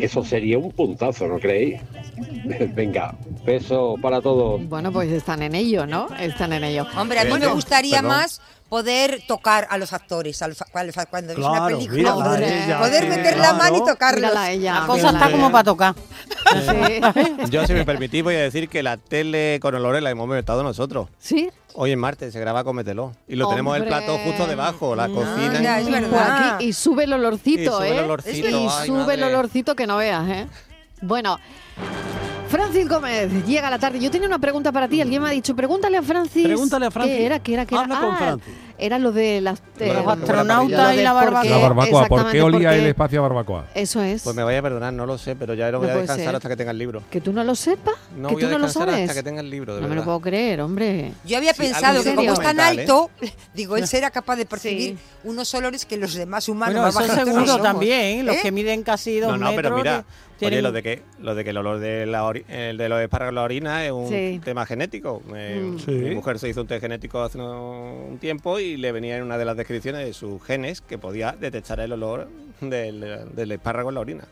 Speaker 15: Eso sería un puntazo, ¿no creéis? Venga, beso para todos.
Speaker 1: Bueno, pues están en ello, ¿no? Están en ello.
Speaker 6: Hombre, a mí me gustaría más poder tocar a los actores a los fa- cuando cuando ves una
Speaker 1: Claro,
Speaker 6: película.
Speaker 1: mírala
Speaker 6: Poder,
Speaker 1: a ella,
Speaker 6: poder
Speaker 1: sí,
Speaker 6: meter la mano y
Speaker 1: claro.
Speaker 6: tocarlos.
Speaker 1: Mírala a ella,
Speaker 5: La cosa está como para tocar.
Speaker 16: Yo, si me permitís, voy a decir que la tele con olores la hemos inventado nosotros.
Speaker 1: ¿Sí?
Speaker 16: Hoy en martes se graba Cómetelo. Y lo tenemos en el
Speaker 1: Hombre. Ah,
Speaker 16: plato justo debajo, la cocina.
Speaker 1: Mira,
Speaker 16: y-
Speaker 1: y por aquí- y sube el olorcito,
Speaker 16: Y sube el
Speaker 1: ¿eh?
Speaker 16: olorcito,
Speaker 1: Y
Speaker 16: ay,
Speaker 1: sube el
Speaker 16: madre.
Speaker 1: olorcito que no veas, ¿eh? Bueno, Francis Gómez llega a la tarde. Yo tenía una pregunta para ti. Alguien me ha dicho, pregúntale a Francis.
Speaker 3: Pregúntale a Francis.
Speaker 1: ¿Qué era? ¿Qué era? ¿Qué era?
Speaker 3: Habla con Francis.
Speaker 1: Era lo de las, eh,
Speaker 16: Bueno, qué buena parrilla.
Speaker 1: lo de por qué-
Speaker 4: La barbacoa, ¿por
Speaker 1: exactamente,
Speaker 4: qué olía
Speaker 1: por qué-
Speaker 4: el espacio a barbacoa?
Speaker 1: Eso es.
Speaker 16: Pues me vaya a perdonar, no lo sé, pero ya lo
Speaker 1: No
Speaker 16: voy a
Speaker 1: puede
Speaker 16: descansar
Speaker 1: ser.
Speaker 16: hasta que tenga el libro.
Speaker 1: Que tú no lo sepas.
Speaker 16: No
Speaker 1: que
Speaker 16: voy
Speaker 1: tú
Speaker 16: a
Speaker 1: no lo
Speaker 16: descansar
Speaker 1: sabes.
Speaker 16: hasta que tenga el libro, de
Speaker 1: no me lo
Speaker 16: verdad.
Speaker 1: puedo creer, hombre.
Speaker 6: Yo había
Speaker 16: Sí, algo
Speaker 6: pensado que
Speaker 16: tiene
Speaker 6: como
Speaker 16: que
Speaker 6: es tan
Speaker 16: comentar, ¿eh?
Speaker 6: alto, digo, él será capaz de percibir unos olores que los demás humanos
Speaker 5: Bueno,
Speaker 6: más
Speaker 5: eso
Speaker 6: bajitos no
Speaker 5: seguro
Speaker 6: somos.
Speaker 5: también, los
Speaker 6: ¿Eh?
Speaker 5: que miden casi dos
Speaker 16: No, no,
Speaker 5: metros.
Speaker 16: pero mira,
Speaker 5: que
Speaker 16: oye,
Speaker 5: tienen-
Speaker 16: lo de que, lo de que el olor de, la ori- el de los espárragos en la orina es un
Speaker 5: Sí.
Speaker 16: tema genético. Eh,
Speaker 5: Mm.
Speaker 3: Sí.
Speaker 16: Mi mujer se hizo un test genético hace no- un tiempo y le venía en una de las descripciones de sus genes que podía detectar el olor del, del espárrago en la orina.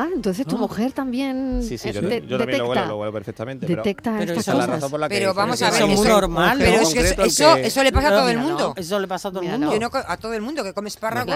Speaker 1: Ah, entonces tu mujer también
Speaker 16: Sí, sí,
Speaker 1: eh,
Speaker 16: yo,
Speaker 1: de-
Speaker 16: yo también
Speaker 1: detecta.
Speaker 16: lo huelo, lo huelo perfectamente.
Speaker 1: detecta
Speaker 16: pero,
Speaker 1: estas
Speaker 16: esa es la
Speaker 1: cosas.
Speaker 16: razón por la que
Speaker 6: Pero
Speaker 16: hice
Speaker 6: vamos
Speaker 16: ese
Speaker 6: a ver,
Speaker 16: estudio.
Speaker 6: eso, pero es que eso, eso, eso le pasa a todo el mundo.
Speaker 5: Eso le pasa a todo el
Speaker 6: mundo. a todo el mundo que come espárragos,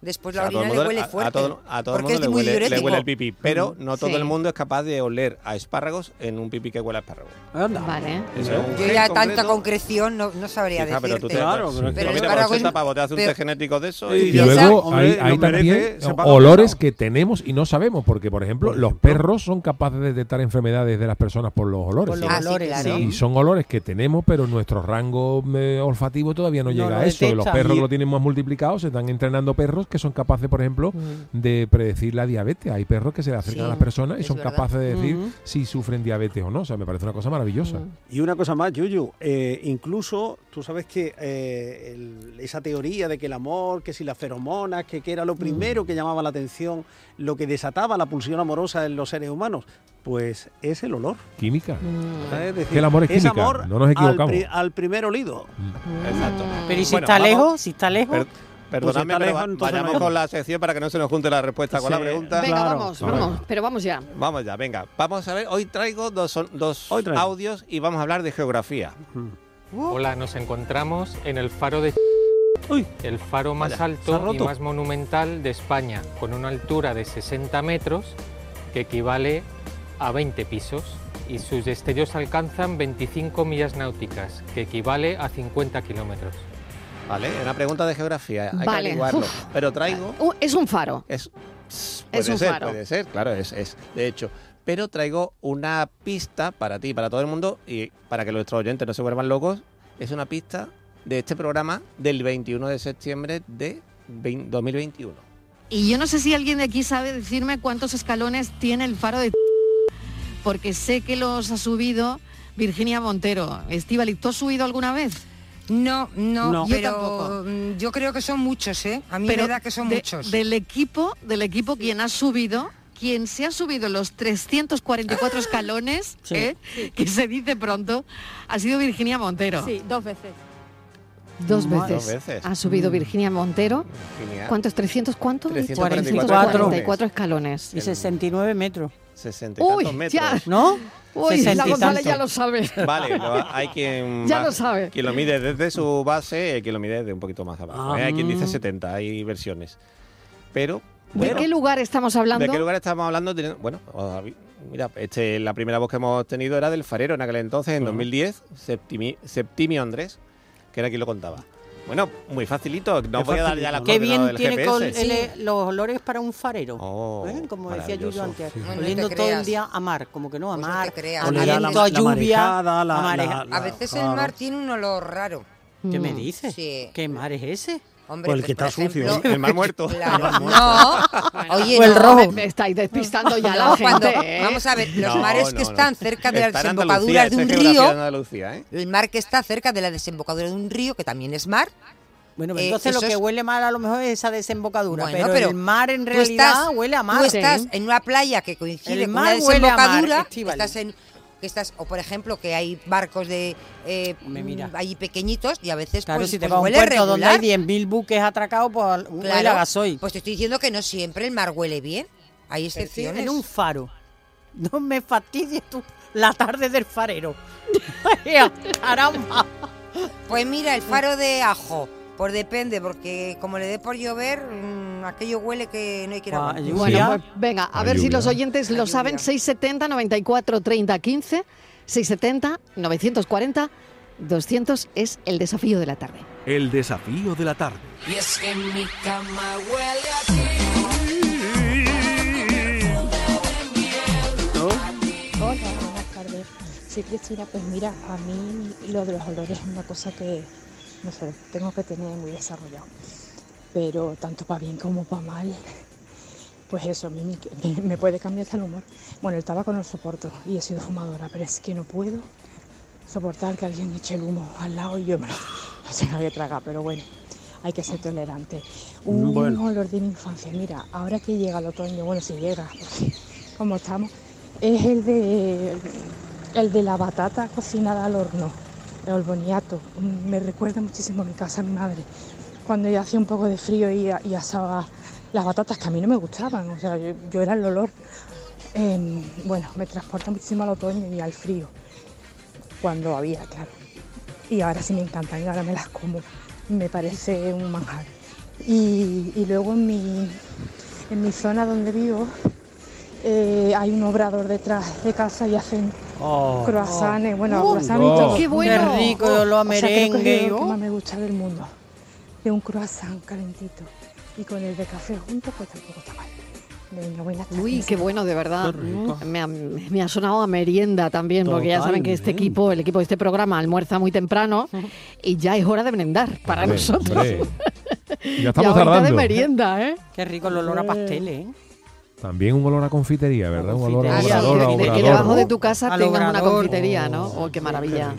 Speaker 6: después Pues la
Speaker 16: A todo
Speaker 6: orina
Speaker 16: el
Speaker 6: le
Speaker 16: mundo-
Speaker 6: huele
Speaker 16: a-
Speaker 6: fuerte.
Speaker 16: A, todo, a todo el
Speaker 6: porque
Speaker 16: mundo
Speaker 6: es
Speaker 16: le
Speaker 6: muy
Speaker 16: huele, le
Speaker 6: diurético. Mm.
Speaker 16: huele el pipí, pero no todo
Speaker 6: Sí.
Speaker 16: el mundo es capaz de oler a espárragos en un pipí que huele a espárragos.
Speaker 1: Vale.
Speaker 16: Eso es un
Speaker 6: Yo
Speaker 16: gen
Speaker 6: ya tanta
Speaker 16: concreto.
Speaker 6: concreción no, no sabría
Speaker 16: Hija, pero tú te
Speaker 6: decirte.
Speaker 16: pero
Speaker 6: el
Speaker 16: mira, por
Speaker 6: espárrago es-
Speaker 16: eso tapavo, te hace un
Speaker 6: pero-
Speaker 16: test genético de eso
Speaker 4: Y
Speaker 16: y,
Speaker 4: luego
Speaker 16: Hombre,
Speaker 4: hay,
Speaker 16: lo
Speaker 4: hay
Speaker 16: merece,
Speaker 4: también
Speaker 16: se paga
Speaker 4: olores que tenemos y no sabemos, porque por ejemplo los perros son capaces de detectar enfermedades de las personas por los olores.
Speaker 5: Por los Ah, sí, olores, claro. sí.
Speaker 4: Y son olores que tenemos, pero nuestro rango eh, olfativo todavía no,
Speaker 5: No
Speaker 4: llega
Speaker 5: lo
Speaker 4: a eso. Los
Speaker 5: detecta.
Speaker 4: perros
Speaker 5: Y-
Speaker 4: lo tienen más multiplicado, se están entrenando perros que son capaces, por ejemplo, de predecir la diabetes. Hay perros que se le acercan
Speaker 3: Sí,
Speaker 4: a las personas y
Speaker 3: es
Speaker 4: son
Speaker 3: verdad.
Speaker 4: capaces de decir
Speaker 3: Ujú.
Speaker 4: si sufren diabetes o no. O sea, me parece una cosa maravillosa.
Speaker 3: Y una cosa más, Yuyu, eh, incluso tú sabes que eh, el- esa teoría de que el amor, que si las feromonas, que, que era lo primero que llamaba la atención, lo que desataba la pulsión amorosa en los seres humanos, pues es el olor.
Speaker 4: Química.
Speaker 3: ¿sabes? Es decir,
Speaker 4: Que el amor Mm. es química,
Speaker 3: amor
Speaker 4: no nos equivocamos.
Speaker 3: Al,
Speaker 4: Mm.
Speaker 3: pri- al primer olido.
Speaker 16: Exacto.
Speaker 5: Pero ¿y si
Speaker 16: Bueno,
Speaker 5: está
Speaker 16: vamos.
Speaker 5: lejos? Si está lejos.
Speaker 16: Per- Perdonadme,
Speaker 5: está
Speaker 16: pero
Speaker 5: lejos,
Speaker 16: va-
Speaker 5: entonces
Speaker 16: vayamos
Speaker 5: no.
Speaker 16: con la sección para que no se nos junte la respuesta con
Speaker 5: Sí,
Speaker 16: la pregunta.
Speaker 1: Venga, vamos, vamos. Pero vamos ya.
Speaker 16: Vamos ya, venga. Vamos a ver, hoy traigo dos, son- dos
Speaker 3: traigo.
Speaker 16: audios y vamos a hablar de geografía.
Speaker 17: Hola, nos encontramos en el faro de el faro más
Speaker 16: Vaya, se ha
Speaker 17: alto y
Speaker 16: roto.
Speaker 17: más monumental de España, con una altura de 60 metros que equivale a 20 pisos y sus destellos alcanzan 25 millas náuticas, que equivale a 50 kilómetros.
Speaker 16: Vale, es una pregunta de geografía, hay
Speaker 1: Vale,
Speaker 16: que averiguarlo.
Speaker 1: uf.
Speaker 16: Pero traigo
Speaker 1: Uh, es un faro.
Speaker 16: Es,
Speaker 1: un
Speaker 16: puede ser,
Speaker 1: faro.
Speaker 16: puede ser, claro, es, es. De hecho, pero traigo una pista para ti, para todo el mundo y para que nuestros oyentes no se vuelvan locos. Es una pista de este programa del 21 de septiembre de 20 2021.
Speaker 1: Y yo no sé si alguien de aquí sabe decirme cuántos escalones tiene el faro de... Porque sé que los ha subido Virginia Montero. Estivaliz, ¿tú has subido alguna vez?
Speaker 6: No, no,
Speaker 1: yo
Speaker 6: pero
Speaker 1: tampoco.
Speaker 6: mm, yo creo que son muchos, ¿eh? A mí
Speaker 1: Pero
Speaker 6: me da que son
Speaker 1: de-
Speaker 6: muchos.
Speaker 1: Del equipo, del equipo quien ha subido, quien se ha subido los 344 escalones,
Speaker 12: Sí.
Speaker 1: ¿eh?
Speaker 12: Sí.
Speaker 1: que se dice pronto, ha sido Virginia Montero.
Speaker 12: Sí, dos veces.
Speaker 1: Dos
Speaker 12: Madre.
Speaker 1: veces.
Speaker 12: Dos veces.
Speaker 1: Ha subido
Speaker 12: Mm.
Speaker 1: Virginia Montero.
Speaker 16: Virginia.
Speaker 1: ¿Cuántos? ¿300 cuánto?
Speaker 5: 344.
Speaker 1: 344 escalones.
Speaker 5: Y 69 metros.
Speaker 16: 60 y
Speaker 1: Uy,
Speaker 16: tantos metros.
Speaker 1: ya.
Speaker 5: ¿No?
Speaker 1: Uy, la
Speaker 5: 60 y
Speaker 1: González
Speaker 5: tanto.
Speaker 1: ya lo sabe.
Speaker 16: Vale, lo- hay quien,
Speaker 1: Ya
Speaker 16: va-
Speaker 1: lo sabe.
Speaker 16: quien lo mide desde su base y hay quien lo mide desde un poquito más abajo.
Speaker 1: Ah.
Speaker 16: ¿eh? Hay quien dice 70, hay versiones. Pero,
Speaker 1: ¿De qué lugar estamos hablando?
Speaker 16: ¿de qué lugar estamos hablando? Teniendo- Bueno, os avi- mira, este, la primera voz que hemos tenido era del farero en aquel entonces, en 2010, Septimi- Septimio Andrés, que era quien lo contaba. Bueno, muy facilito, no
Speaker 5: Es
Speaker 16: voy a dar ya
Speaker 5: facilito.
Speaker 16: la
Speaker 5: Qué bien
Speaker 16: del
Speaker 5: tiene
Speaker 16: GPS.
Speaker 5: col- el- los olores para un farero.
Speaker 16: Oh,
Speaker 5: ¿eh? Como decía Yuyo
Speaker 16: maravilloso.
Speaker 5: antes,
Speaker 16: Sí. Bueno, no te
Speaker 5: oliendo todo el
Speaker 16: creas.
Speaker 5: día a mar, como que no, a mar,
Speaker 6: Pues creas.
Speaker 5: a
Speaker 6: Oler a la-
Speaker 5: viento, a
Speaker 6: la
Speaker 5: lluvia,
Speaker 6: marejada,
Speaker 5: a
Speaker 6: la-
Speaker 5: marea.
Speaker 6: a veces el mar tiene un olor raro.
Speaker 5: ¿Qué me dices?
Speaker 6: Sí.
Speaker 5: ¿Qué mar es ese?
Speaker 6: Hombre, Pues el que
Speaker 1: pues, está por sucio,
Speaker 6: ejemplo-
Speaker 1: el mar muerto.
Speaker 6: Claro, no. Oye,
Speaker 1: o el
Speaker 6: no,
Speaker 1: rojo. Me estáis despistando ya la
Speaker 6: No,
Speaker 1: gente.
Speaker 6: cuando-
Speaker 1: ¿eh?
Speaker 6: Vamos a ver, los
Speaker 16: No,
Speaker 6: mares
Speaker 16: no,
Speaker 6: que
Speaker 16: no.
Speaker 6: están cerca de la
Speaker 16: Está en Andalucía,
Speaker 6: desembocadura de
Speaker 16: esa
Speaker 6: un
Speaker 16: es geografía
Speaker 6: río,
Speaker 16: de Andalucía, ¿eh?
Speaker 6: el mar que está cerca de la desembocadura de un río, que también es mar.
Speaker 5: Bueno,
Speaker 6: eh,
Speaker 5: Entonces
Speaker 6: eso
Speaker 5: lo que
Speaker 6: es-
Speaker 5: huele mal a lo mejor es esa desembocadura,
Speaker 6: Bueno,
Speaker 5: pero,
Speaker 6: pero
Speaker 5: el mar en
Speaker 6: tú
Speaker 5: realidad
Speaker 6: estás-
Speaker 5: huele a mar.
Speaker 6: Tú estás en una playa que coincide
Speaker 5: El
Speaker 6: con
Speaker 5: mar
Speaker 6: una
Speaker 5: huele a mar, este,
Speaker 6: desembocadura, que
Speaker 5: Estíbaliz.
Speaker 6: estás en que estás o por ejemplo que hay barcos de eh, ahí pequeñitos y a veces
Speaker 5: Claro,
Speaker 6: pues,
Speaker 5: si te
Speaker 6: pues
Speaker 5: vas a un
Speaker 6: huele
Speaker 5: puerto donde hay
Speaker 6: regular.
Speaker 5: 10.000 buques atracados, pues al- huele
Speaker 6: Claro,
Speaker 5: a gasoil.
Speaker 6: Pues te estoy diciendo que no siempre el mar huele bien. Hay excepciones.
Speaker 5: En un faro. No me fastidies tú la tarde del farero. Vaya, Caramba.
Speaker 6: Pues mira, el faro de ajo. Por depende, porque como le dé por llover, mm, aquello huele que no hay que ir a baño.
Speaker 1: Bueno, pues venga, a
Speaker 6: La
Speaker 1: ver si
Speaker 6: lluvia.
Speaker 1: los oyentes
Speaker 6: La
Speaker 1: lo saben. 670 94 30 15, 670 940 200 es el desafío de la tarde.
Speaker 13: El desafío de la tarde.
Speaker 14: Y es que mi cama huele a ti.
Speaker 12: Hola, buenas tardes. Sí, Cristina, pues mira, a mí lo de los olores es una cosa que, no sé, tengo que tener muy desarrollado. Pero tanto para bien como para mal, pues eso, a mí me- me, me puede cambiar hasta el humor. Bueno, el tabaco no lo soporto y he sido fumadora, pero es que no puedo soportar que alguien eche el humo al lado y yo me lo, lo tenga que tragar, pero bueno. Hay que ser tolerante. Un
Speaker 11: Bueno.
Speaker 12: olor de mi infancia. Mira, ahora que llega el otoño, bueno, si llega, porque como estamos, es el de el de la batata cocinada al horno, el boniato. Mm, Me recuerda muchísimo a mi casa, a mi madre, cuando ya hacía un poco de frío y, y asaba las batatas que a mí no me gustaban, o sea, yo, yo era el olor. Em, bueno, me transporta muchísimo al otoño y al frío, cuando había, claro. Y ahora sí me encantan y ahora me las como, me parece un manjar. Y, y luego en mi, en mi zona donde vivo, eh, hay un obrador detrás de casa y hacen croissants, bueno,
Speaker 5: Oh.
Speaker 12: croissants y todo.
Speaker 5: ¡Qué bueno! Qué rico,
Speaker 12: Oh, O
Speaker 5: lo a
Speaker 12: sea, creo que
Speaker 5: merengue,
Speaker 12: es lo que
Speaker 5: oh.
Speaker 12: más me gusta del mundo. De un croissant calentito. Y con el de café junto, pues tampoco está mal. Venga, buenas tardes.
Speaker 1: Uy, qué bueno, de verdad. Mm.
Speaker 12: Qué rico.
Speaker 1: Me ha, me ha sonado a merienda también, porque ya saben que este
Speaker 12: Totalmente.
Speaker 1: equipo, el equipo de este programa, almuerza muy temprano y ya es hora de merendar para
Speaker 4: Hombre,
Speaker 1: nosotros.
Speaker 4: hombre. Ya estamos
Speaker 1: Ya hora de
Speaker 4: tardando.
Speaker 1: merienda, ¿eh?
Speaker 5: Qué rico el
Speaker 3: Mm.
Speaker 5: olor a pastel, ¿eh?
Speaker 4: También un olor a confitería, ¿verdad? Un olor a
Speaker 1: Sí,
Speaker 4: obrador, a
Speaker 1: que- que,
Speaker 4: obrador.
Speaker 1: debajo de tu casa
Speaker 5: Al
Speaker 1: tengas una
Speaker 5: obrador.
Speaker 1: confitería, ¿no? Oh, qué maravilla.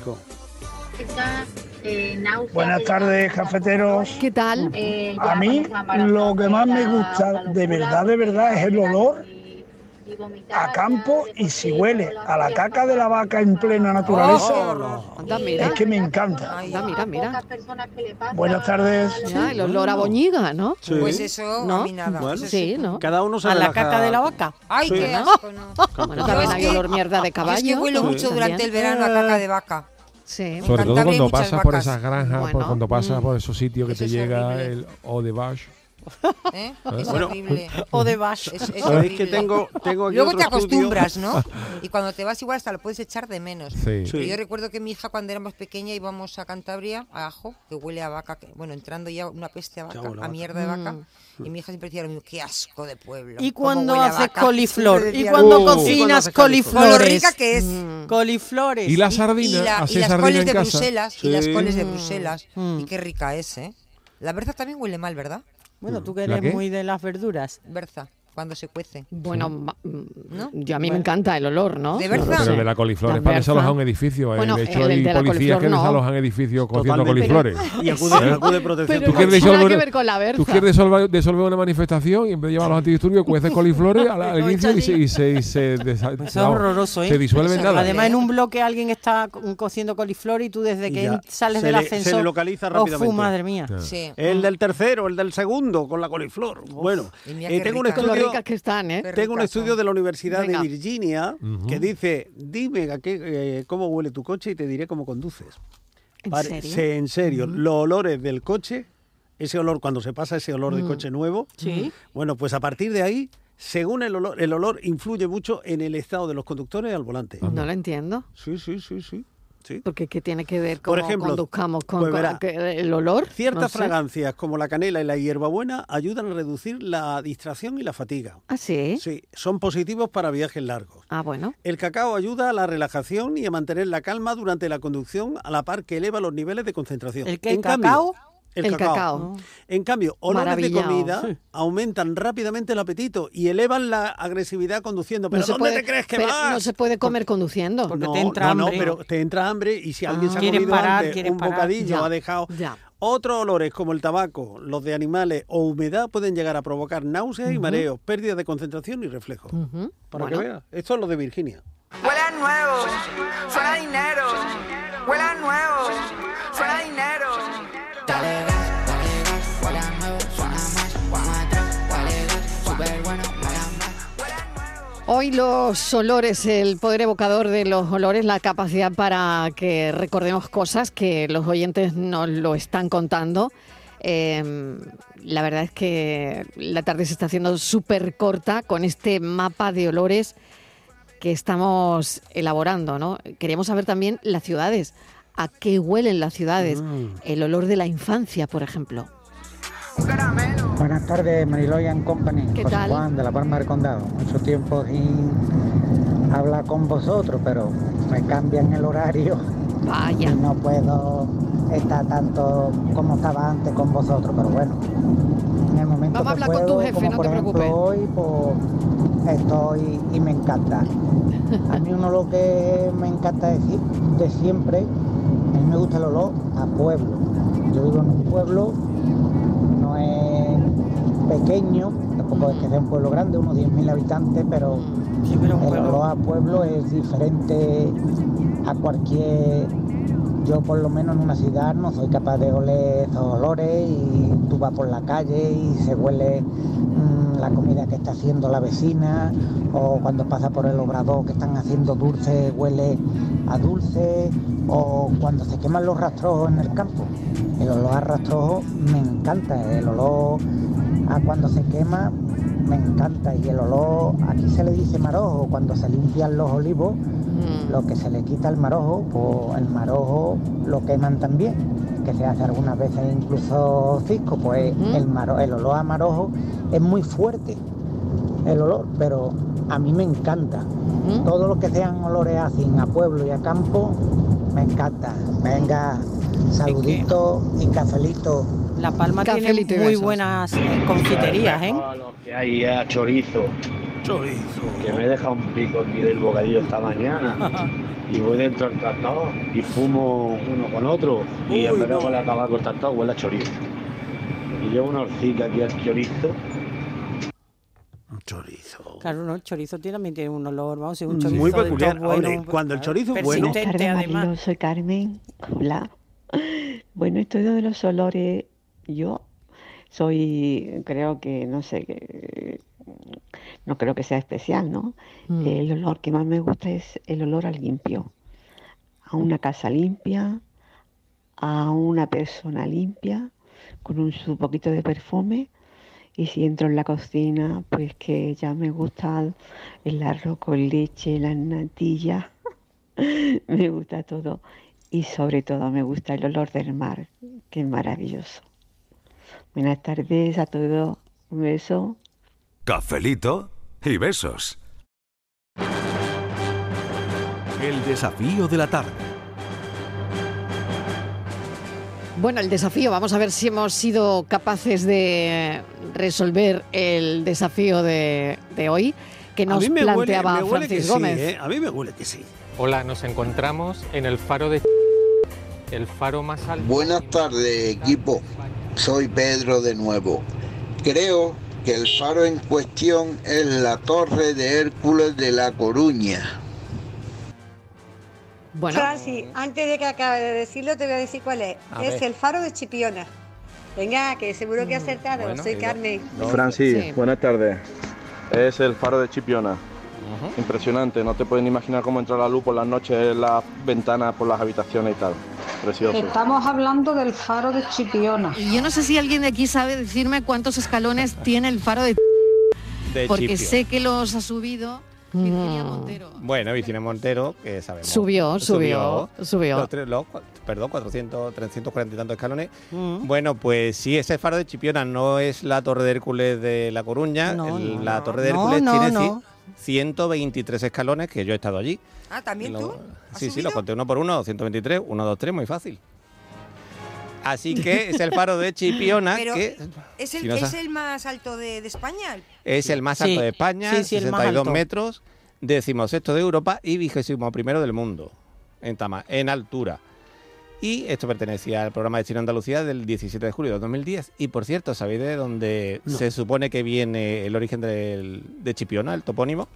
Speaker 11: Buenas tardes, cafeteros.
Speaker 1: ¿Qué tal?
Speaker 11: A mí lo que más me gusta, de verdad, de verdad, es el olor a campo y si huele a la caca de la vaca en plena naturaleza,
Speaker 1: Anda, Oh, mira.
Speaker 11: es que me encanta.
Speaker 1: Anda, mira, mira.
Speaker 11: Buenas tardes.
Speaker 1: Ya, el olor a boñiga, ¿no?
Speaker 11: Sí. Pues eso,
Speaker 1: ¿No?
Speaker 11: a mí nada. Bueno.
Speaker 1: sí, ¿no?
Speaker 3: Cada uno se
Speaker 5: A la
Speaker 3: relaja.
Speaker 5: caca de la vaca.
Speaker 6: Ay,
Speaker 3: Sí.
Speaker 6: qué asco, no.
Speaker 1: Bueno, también
Speaker 6: Yo es
Speaker 1: hay
Speaker 6: que-
Speaker 1: olor mierda de
Speaker 6: yo
Speaker 1: caballo.
Speaker 6: Es que huelo
Speaker 1: ¿no?
Speaker 6: mucho durante el
Speaker 1: También.
Speaker 6: verano a caca de vaca.
Speaker 1: Sí.
Speaker 4: Sobre todo
Speaker 6: Cantabria hay
Speaker 4: cuando
Speaker 6: muchas
Speaker 4: pasas por
Speaker 6: vacas.
Speaker 4: esas granjas, por
Speaker 6: Bueno,
Speaker 4: cuando pasas
Speaker 6: mm.
Speaker 4: por esos sitios que
Speaker 6: Eso
Speaker 4: te
Speaker 6: es
Speaker 4: llega
Speaker 6: horrible.
Speaker 4: el eau de vache.
Speaker 6: ¿eh?
Speaker 3: Ah.
Speaker 6: Es
Speaker 3: Bueno.
Speaker 6: horrible.
Speaker 5: O de Bash.
Speaker 6: Es, es
Speaker 3: Sabéis
Speaker 6: horrible.
Speaker 3: que tengo- tengo aquí
Speaker 6: Luego
Speaker 3: otro
Speaker 6: te
Speaker 3: estudio.
Speaker 6: acostumbras, ¿no? Y cuando te vas igual hasta lo puedes echar de menos.
Speaker 3: Sí.
Speaker 6: Pero
Speaker 3: Sí.
Speaker 6: Yo recuerdo que mi hija cuando éramos pequeña íbamos a Cantabria, a Ajo, que huele a vaca, que- bueno, entrando ya una peste a vaca,
Speaker 5: huele a
Speaker 6: a
Speaker 5: vaca.
Speaker 6: mierda de vaca.
Speaker 5: Mm.
Speaker 6: Y mi hija siempre decía lo mismo, qué asco de pueblo.
Speaker 5: Y
Speaker 6: cómo
Speaker 5: cuando
Speaker 6: huele a
Speaker 5: haces
Speaker 6: vaca".
Speaker 5: coliflor,
Speaker 6: Siempre
Speaker 5: y
Speaker 6: decía,
Speaker 5: cuando
Speaker 6: "Uh".
Speaker 5: cocinas
Speaker 6: Con
Speaker 5: coliflores.
Speaker 6: lo rica que es.
Speaker 5: Coliflores.
Speaker 4: Y la
Speaker 6: Y,
Speaker 4: sardina,
Speaker 6: la- y
Speaker 4: haces
Speaker 6: las
Speaker 4: sardina
Speaker 6: coles
Speaker 4: en
Speaker 6: de
Speaker 4: casa.
Speaker 6: Bruselas, y las
Speaker 4: Sí.
Speaker 6: coles de
Speaker 4: Mm.
Speaker 6: Bruselas. Y qué rica es, ¿eh? La berza también huele mal, ¿verdad?
Speaker 5: Bueno, tú que
Speaker 4: ¿La
Speaker 5: eres
Speaker 4: qué?
Speaker 5: muy de las verduras.
Speaker 6: Berza, cuando se cuece.
Speaker 1: Bueno, ma- mm, yo a mí
Speaker 6: Bueno.
Speaker 1: me encanta el olor, ¿no?
Speaker 6: De
Speaker 1: No lo
Speaker 6: verdad.
Speaker 1: sé.
Speaker 4: Pero el de la coliflor es para
Speaker 1: berza.
Speaker 4: desalojar un edificio. eh.
Speaker 1: Bueno,
Speaker 4: de hecho,
Speaker 1: el- el
Speaker 4: hay
Speaker 1: de la
Speaker 4: policías
Speaker 1: coliflor
Speaker 4: que
Speaker 1: no.
Speaker 4: desalojan edificios cociendo
Speaker 3: Totalmente.
Speaker 4: coliflores.
Speaker 3: Y acude- acude protección
Speaker 4: ¿Tú
Speaker 3: civil.
Speaker 4: quieres,
Speaker 3: Pero no tiene
Speaker 4: disolver,
Speaker 3: nada que ver con la berza.
Speaker 4: tú quieres disolver, disolver una manifestación y en vez de llevar a los antidisturbios, cueces coliflores al, al
Speaker 5: Lo
Speaker 4: inicio y
Speaker 5: echa
Speaker 4: se,
Speaker 5: allí.
Speaker 4: y se, y se desa-
Speaker 5: Eso es
Speaker 4: vamos,
Speaker 5: horroroso, ¿eh?
Speaker 4: se disuelve en nada.
Speaker 5: Además, en un bloque alguien está co- cociendo coliflor y tú desde
Speaker 3: Y
Speaker 5: que
Speaker 3: ya.
Speaker 5: en- sales
Speaker 3: Se
Speaker 5: del
Speaker 3: le-
Speaker 5: ascensor...
Speaker 3: Se le localiza
Speaker 5: Oh,
Speaker 3: rápidamente.
Speaker 5: fu, madre mía. Mm.
Speaker 3: El del tercero, el del segundo, con la coliflor. bueno,
Speaker 1: Y mira
Speaker 3: eh,
Speaker 1: qué
Speaker 3: tengo un
Speaker 1: ricas. Con lo
Speaker 3: estudio.
Speaker 1: ricas que están, ¿eh? Qué
Speaker 3: Tengo un
Speaker 1: ricas
Speaker 3: estudio
Speaker 1: son.
Speaker 3: de la Universidad
Speaker 1: Venga.
Speaker 3: de Virginia
Speaker 4: Ujú.
Speaker 3: que dice: Dime a qué, eh, cómo huele tu coche y te diré cómo conduces.
Speaker 1: ¿En
Speaker 3: Pare-
Speaker 1: serio?
Speaker 3: se- en serio, los olores del coche, ese olor, cuando se pasa ese olor de
Speaker 1: Mm.
Speaker 3: coche nuevo,
Speaker 1: Sí.
Speaker 3: bueno, pues a partir de ahí, según el olor, el olor influye mucho en el estado de los conductores al volante.
Speaker 1: No lo entiendo.
Speaker 3: Sí, sí, sí, sí.
Speaker 1: Porque ¿qué tiene que ver
Speaker 3: Por
Speaker 1: cómo
Speaker 3: ejemplo,
Speaker 1: conduzcamos con,
Speaker 3: pues
Speaker 1: con-
Speaker 3: verá,
Speaker 1: que- el olor?
Speaker 3: Ciertas
Speaker 1: No sé.
Speaker 3: fragancias como la canela y la hierbabuena ayudan a reducir la distracción y la fatiga.
Speaker 1: Ah, sí.
Speaker 3: Sí, son positivos para viajes largos.
Speaker 1: Ah, bueno.
Speaker 3: El cacao ayuda a la relajación y a mantener la calma durante la conducción a la par que eleva los niveles de concentración.
Speaker 5: ¿El qué?
Speaker 3: En
Speaker 5: ¿El
Speaker 3: cambio-
Speaker 5: cacao?
Speaker 3: El,
Speaker 5: El
Speaker 3: cacao.
Speaker 5: cacao.
Speaker 3: En cambio,
Speaker 1: Oh,
Speaker 3: olores
Speaker 5: Maravillao.
Speaker 3: de comida
Speaker 5: Sí.
Speaker 3: aumentan rápidamente el apetito y elevan la agresividad conduciendo. ¿Pero
Speaker 1: se
Speaker 3: dónde
Speaker 1: puede-
Speaker 3: te crees que
Speaker 1: pero
Speaker 3: vas?
Speaker 1: No se puede comer conduciendo.
Speaker 3: no, no, no, pero te entra hambre y si alguien se ha
Speaker 1: Quieres
Speaker 3: comido
Speaker 1: Ah. parar,
Speaker 3: antes
Speaker 1: quieres
Speaker 3: un
Speaker 1: parar.
Speaker 3: bocadillo,
Speaker 1: Ya,
Speaker 3: ha dejado...
Speaker 1: ya.
Speaker 3: Otros olores como el tabaco, los de animales o humedad pueden llegar a provocar náuseas y
Speaker 1: Ujú.
Speaker 3: mareos, pérdida de concentración y reflejo.
Speaker 1: Ujú.
Speaker 3: Para que
Speaker 1: Bueno.
Speaker 3: veas, esto es lo de Virginia.
Speaker 18: Huele a nuevo, suena a dinero. Huele a nuevo, suena a dinero. Dale gas, dale gas, huele a nuevo, suena más, guama atrás, huele gas, súper bueno, mola más.
Speaker 1: Hoy los olores, el poder evocador de los olores, la capacidad para que recordemos cosas que los oyentes nos lo están contando. Eh, la verdad es que la tarde se está haciendo súper corta con este mapa de olores que estamos elaborando, ¿no? Queríamos saber también las ciudades, a qué huelen las ciudades, el olor de la infancia, por ejemplo.
Speaker 19: Buenas tardes, Mariloy and Company.
Speaker 1: ¿Qué
Speaker 19: José
Speaker 1: tal?
Speaker 19: Juan de la Palma del Condado. Mucho tiempo sin hablar con vosotros, pero me cambian el horario.
Speaker 1: Vaya.
Speaker 19: no puedo estar tanto como estaba antes con vosotros, pero bueno. En el momento
Speaker 1: Vamos a
Speaker 19: que
Speaker 1: hablar con tu
Speaker 19: puedo,
Speaker 1: jefe,
Speaker 19: como
Speaker 1: no
Speaker 19: por
Speaker 1: te
Speaker 19: ejemplo
Speaker 1: preocupes.
Speaker 19: Hoy pues, estoy y me encanta. A mí uno lo que me encanta decir de siempre, a mí me gusta el olor a pueblo. Yo vivo en un pueblo no es pequeño, tampoco es que sea un pueblo grande, unos 10.000 habitantes, pero, el olor a pueblo es diferente a cualquier... Yo por lo menos en una ciudad no soy capaz de oler esos olores y tú vas por la calle y se huele mm, la comida que está haciendo la vecina o cuando pasa por el obrador que están haciendo dulce huele a dulce o cuando se queman los rastrojos en el campo. El olor a rastrojo me encanta, el olor a cuando se quema me encanta y el olor, aquí se le dice marojo, cuando se limpian los olivos, lo que se le quita al marojo, pues el marojo lo queman también, que se hace algunas veces incluso cisco, pues el, maro- el olor a marojo es muy fuerte, el olor, pero a mí me encanta. Todo lo que sean olores así, a pueblo y a campo, me encanta. Venga, saludito y cafelito.
Speaker 5: La Palma
Speaker 19: Cafelito y
Speaker 5: tiene muy
Speaker 19: besos.
Speaker 5: buenas eh, confiterías, ¿eh?
Speaker 15: Que hay ya chorizo. Chorizo. Que me he dejado un pico aquí del bocadillo esta mañana. y voy dentro del tratado y fumo uno con otro. Y en vez de huele a tabaco el tratado, huele a chorizo. Y llevo una horcica aquí al chorizo.
Speaker 5: Claro, no, el chorizo tiene- también tiene un olor, vamos, es un
Speaker 3: Muy
Speaker 5: chorizo de
Speaker 3: peculiar.
Speaker 5: estos buenos, ¿eh?
Speaker 3: Hombre, cuando el
Speaker 5: claro,
Speaker 3: chorizo es bueno.
Speaker 5: persistente,
Speaker 20: Buenas tardes,
Speaker 5: además.
Speaker 20: Mariló, soy Carmen. Hola. Bueno, esto de los olores, yo soy, creo que, no sé, que, no creo que sea especial, ¿no?
Speaker 21: Mm.
Speaker 20: El olor que más me gusta es el olor al limpio, a una casa limpia, a una persona limpia, con un su poquito de perfume Y si entro en la cocina, pues que ya me gusta el arroz con leche, las natillas, me gusta todo. Y sobre todo me gusta el olor del mar, que es maravilloso. Buenas tardes a todos, un beso.
Speaker 13: Cafelito y besos. El desafío de la tarde.
Speaker 1: Bueno, el desafío, vamos a ver si hemos sido capaces de resolver el desafío de, de hoy que nos planteaba Francis Gómez.
Speaker 3: ¿eh? A mí me huele que sí.
Speaker 17: Hola, nos encontramos en el faro de el faro más alto.
Speaker 21: Buenas tardes, equipo. Soy Pedro de nuevo. Creo que el faro en cuestión es la Torre de Hércules de La Coruña.
Speaker 1: Bueno.
Speaker 22: Francis, antes de que acabe de decirlo, te voy a decir cuál es.
Speaker 21: A
Speaker 22: es
Speaker 21: ver.
Speaker 22: el faro de Chipiona. Venga, que seguro que he acertado.
Speaker 23: bueno,
Speaker 22: Soy
Speaker 23: digo,
Speaker 22: Carmen.
Speaker 23: Francis,
Speaker 22: Sí.
Speaker 23: buenas tardes. Es el faro de Chipiona. Impresionante, no te pueden imaginar cómo entra la luz por las noches, en las ventanas, por las habitaciones y tal. Precioso.
Speaker 24: Estamos hablando del faro de Chipiona.
Speaker 1: Y yo no sé si alguien de aquí sabe decirme cuántos escalones tiene el faro de...
Speaker 16: De
Speaker 1: porque
Speaker 16: Chipio.
Speaker 1: sé que los ha subido Virginia Montero.
Speaker 16: Bueno, Virginia Montero, que sabemos.
Speaker 1: Subió, subió, subió.
Speaker 16: Los tres- los cua- perdón, 400, 340 y tantos escalones.
Speaker 1: Mm.
Speaker 16: Bueno, pues sí, ese faro de Chipiona no es la Torre de Hércules de La Coruña. El- la Torre de
Speaker 6: No,
Speaker 16: Hércules
Speaker 6: no,
Speaker 16: tiene
Speaker 6: no.
Speaker 16: ci- 123 escalones, que yo he estado allí.
Speaker 6: Ah, ¿también
Speaker 16: Lo-
Speaker 6: tú?
Speaker 16: Sí, sí, los conté uno por uno, 123, 1, 2, 3, muy fácil. Así que es el faro de Chipiona,
Speaker 6: Pero,
Speaker 16: que
Speaker 6: ¿Es el,
Speaker 16: si no
Speaker 6: es
Speaker 16: sa-
Speaker 6: el más alto de, de España?
Speaker 16: es el más
Speaker 6: Sí.
Speaker 16: alto de España,
Speaker 6: Sí, sí, el más
Speaker 16: 62
Speaker 6: alto.
Speaker 16: metros, decimosexto de Europa y vigésimo primero del mundo en, tama- en altura. Y esto pertenecía al programa Destino Andalucía del 17 de julio de 2010. Y por cierto, ¿sabéis de dónde
Speaker 25: No.
Speaker 16: se supone que viene el origen del- de Chipiona, el topónimo?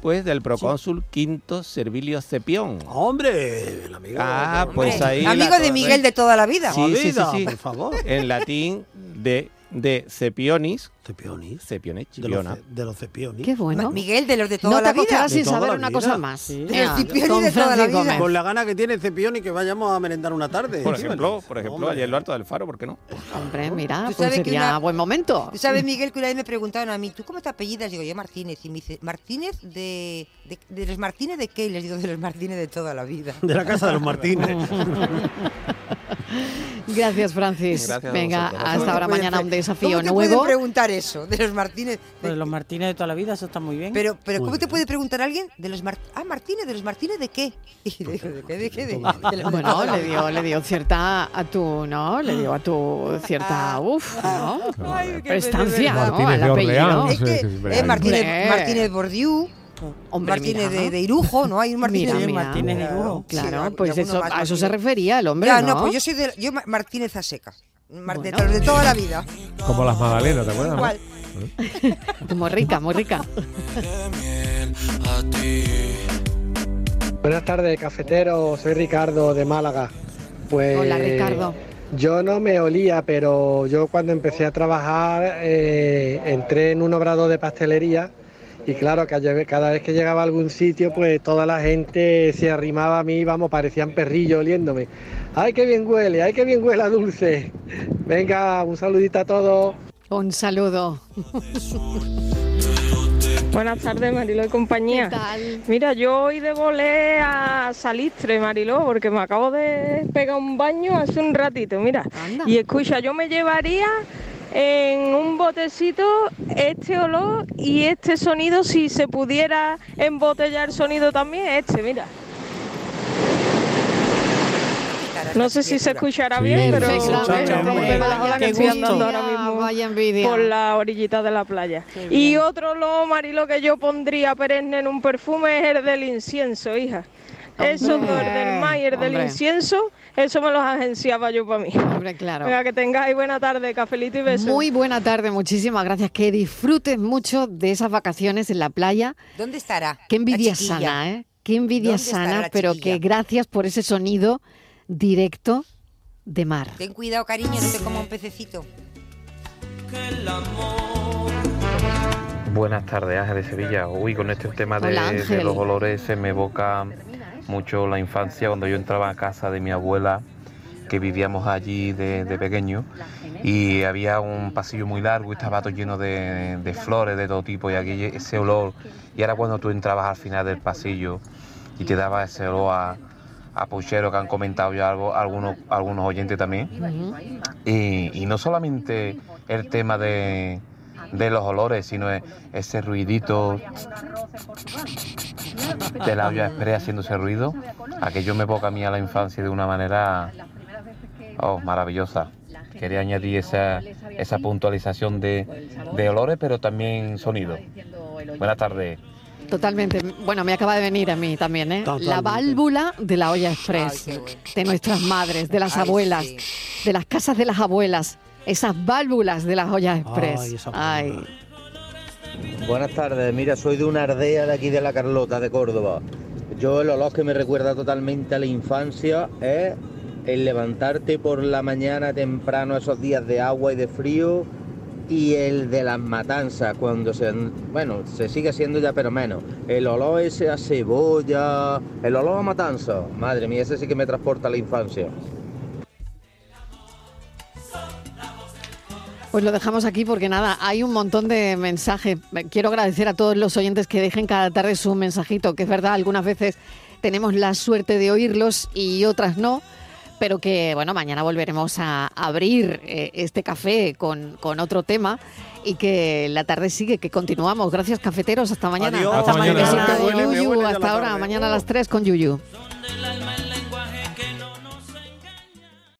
Speaker 16: Pues del procónsul Quinto Servilio Cepión.
Speaker 3: ¡Hombre! El amigo,
Speaker 16: Ah, pues
Speaker 6: Hombre,
Speaker 16: ahí. la
Speaker 6: Amigo de
Speaker 16: torre-
Speaker 6: Miguel de toda la vida.
Speaker 16: Sí, sí, sí, sí.
Speaker 3: por favor.
Speaker 16: En latín, de, de Cepionis.
Speaker 3: Cepionis.
Speaker 16: Cepionis,
Speaker 3: De los,
Speaker 16: Chipiona.
Speaker 3: ce- de los cepiones.
Speaker 1: Qué bueno.
Speaker 6: Miguel de los de
Speaker 1: no
Speaker 6: toda
Speaker 1: te
Speaker 6: la vida.
Speaker 1: acostarás sin saber una cosa más. Venga, con Francis Gómez.
Speaker 3: Con la gana que tiene Cepión y que vayamos a merendar una tarde.
Speaker 16: Por
Speaker 3: encima,
Speaker 16: ejemplo,
Speaker 3: ¿no?
Speaker 16: por ejemplo,
Speaker 3: Hombre.
Speaker 16: allí en lo alto del faro, ¿por qué no?
Speaker 1: Hombre, mira,
Speaker 6: Tú
Speaker 1: pues
Speaker 6: sabes que
Speaker 1: sería
Speaker 6: una-
Speaker 1: buen momento.
Speaker 6: Tú sabes, Miguel, que una vez me preguntaron a mí, ¿tú cómo te apellidas? Digo, yo Martínez. Y me dice, Martínez de, de, de los Martínez de qué? Y les digo, de los Martínez de toda la vida.
Speaker 3: De la casa de los Martínez.
Speaker 1: Gracias, Francis.
Speaker 6: Gracias a
Speaker 1: Venga,
Speaker 6: vosotros.
Speaker 1: hasta
Speaker 6: ¿Cómo
Speaker 1: ahora
Speaker 6: te pueden
Speaker 1: mañana
Speaker 6: pre-
Speaker 1: un desafío
Speaker 6: ¿Cómo te pueden
Speaker 1: nuevo.
Speaker 6: preguntar eso? De los Martínez.
Speaker 5: Pues los Martínez de toda la vida, eso está muy bien.
Speaker 6: Pero, pero ¿cómo te puede preguntar alguien de los Mar- ah, Martínez, de los Martínez de qué? Y le digo, ¿de qué? ¿De qué? ¿De- de los de toda
Speaker 1: Bueno,
Speaker 6: la
Speaker 1: le dio, le dio cierta a tu, ¿no? Le dio a tu cierta, uff, ¿no? Prestancia, ¿no?
Speaker 4: Martínez
Speaker 1: Al
Speaker 4: de
Speaker 1: apellido.
Speaker 4: Orleans,
Speaker 1: Es que-
Speaker 4: eh, que siempre
Speaker 1: eh,
Speaker 4: hay.
Speaker 1: Martínez-
Speaker 6: vida. Martínez Bordiú. Martínez
Speaker 1: mira.
Speaker 6: de, de Irujo, ¿no? Hay un Martínez
Speaker 1: Mira,
Speaker 6: de
Speaker 1: mira.
Speaker 6: Martínez de Irujo.
Speaker 1: Claro,
Speaker 6: Sí,
Speaker 1: pues
Speaker 6: y
Speaker 1: eso,
Speaker 6: alguno más,
Speaker 1: a eso se
Speaker 6: Martínez.
Speaker 1: refería el hombre,
Speaker 6: Ya,
Speaker 1: ¿no?
Speaker 6: no, pues yo soy de, yo Ma- Martínez a seca. Mar- de, to- de toda la vida.
Speaker 4: Como las magdalenas, ¿te acuerdas? no? ¿Eh?
Speaker 6: Igual.
Speaker 1: Muy rica, muy rica.
Speaker 26: Buenas tardes, cafetero. Soy Ricardo de Málaga. Pues,
Speaker 1: Hola, Ricardo.
Speaker 26: Yo no me olía, pero yo cuando empecé a trabajar eh, entré en un obrado de pastelería y claro, que lle- cada vez que llegaba a algún sitio, pues toda la gente se arrimaba a mí, vamos, parecían perrillos oliéndome. ¡Ay, qué bien huele! ¡Ay, qué bien huele a dulce! Venga, un saludito a todos.
Speaker 1: Un saludo.
Speaker 27: Buenas tardes, Mariló y compañía. Mira, yo hoy de volé a Salistre, Mariló, porque me acabo de pegar un baño hace un ratito, mira. Y escucha, yo me llevaría en un botecito este olor y este sonido, si se pudiera embotellar sonido también, este, mira. No sé si se escuchará
Speaker 1: Sí,
Speaker 27: bien, pero
Speaker 1: perfectamente.
Speaker 27: pero me bajo la
Speaker 1: Qué
Speaker 27: que estoy
Speaker 1: gusto.
Speaker 27: andando ahora mismo por la orillita de la playa. Y otro lo marilo que yo pondría perenne en un perfume es el del incienso, hija. Eso,
Speaker 1: Hombre.
Speaker 27: el del mar y el del
Speaker 1: Hombre.
Speaker 27: incienso, eso me los agenciaba yo para mí.
Speaker 1: Hombre, claro.
Speaker 27: Venga, que tengáis buena tarde, cafelito y besos.
Speaker 1: Muy buena tarde, muchísimas gracias. Que disfrutes mucho de esas vacaciones en la playa.
Speaker 6: ¿Dónde estará?
Speaker 1: Qué envidia
Speaker 6: La chiquilla.
Speaker 1: sana, ¿eh? Qué envidia
Speaker 6: ¿Dónde estará
Speaker 1: sana,
Speaker 6: la
Speaker 1: pero
Speaker 6: chiquilla?
Speaker 1: que gracias por ese sonido directo de mar.
Speaker 6: Ten cuidado, cariño, no te coma un pececito.
Speaker 28: Buenas tardes, Ángel de Sevilla. Uy, con este tema de,
Speaker 1: Hola,
Speaker 28: de
Speaker 1: Ángel.
Speaker 28: los olores se me evoca mucho la infancia cuando yo entraba a casa de mi abuela que vivíamos allí de, de pequeño y había un pasillo muy largo y estaba todo lleno de, de flores de todo tipo y aquí ese olor y ahora cuando tú entrabas al final del pasillo y te daba ese olor a, a puchero que han comentado ya algo, algunos, algunos oyentes también y, y no solamente el tema de, de los olores sino e- ese ruidito de la olla spray haciendo ese ruido aquello me evoca a mí a la infancia de una manera Oh, maravillosa. Quería añadir esa, esa puntualización de, de olores, pero también sonido. Buenas tardes.
Speaker 1: Totalmente. Bueno, me acaba de venir a mí también, ¿eh? La
Speaker 28: Totalmente.
Speaker 1: válvula de la olla express, de nuestras madres, de las
Speaker 28: Ay,
Speaker 1: abuelas,
Speaker 28: sí.
Speaker 1: de las casas de las abuelas, esas válvulas de las ollas express.
Speaker 29: Ay, esa
Speaker 1: Ay.
Speaker 29: Buenas tardes, mira, soy de una ardea de aquí de La Carlota, de Córdoba. Yo el olor que me recuerda totalmente a la infancia es el levantarte por la mañana temprano esos días de agua y de frío y el de las matanzas, cuando se... Bueno, se sigue haciendo ya, pero menos. El olor ese a cebolla, el olor a matanza. Madre mía, ese sí que me transporta a la infancia.
Speaker 1: Pues lo dejamos aquí porque nada, hay un montón de mensajes. Quiero agradecer a todos los oyentes que dejen cada tarde su mensajito, que es verdad, algunas veces tenemos la suerte de oírlos y otras no, pero que bueno, mañana volveremos a abrir eh, este café con, con otro tema y que la tarde sigue, que continuamos. Gracias cafeteros, hasta mañana.
Speaker 8: Adiós.
Speaker 1: Hasta
Speaker 8: Hasta mañana.
Speaker 1: mañana.
Speaker 8: Me huele, me
Speaker 1: Yuyu,
Speaker 8: huele ya
Speaker 1: hasta
Speaker 8: la
Speaker 1: ahora,
Speaker 8: tarde.
Speaker 1: mañana a las 3 con Yuyu.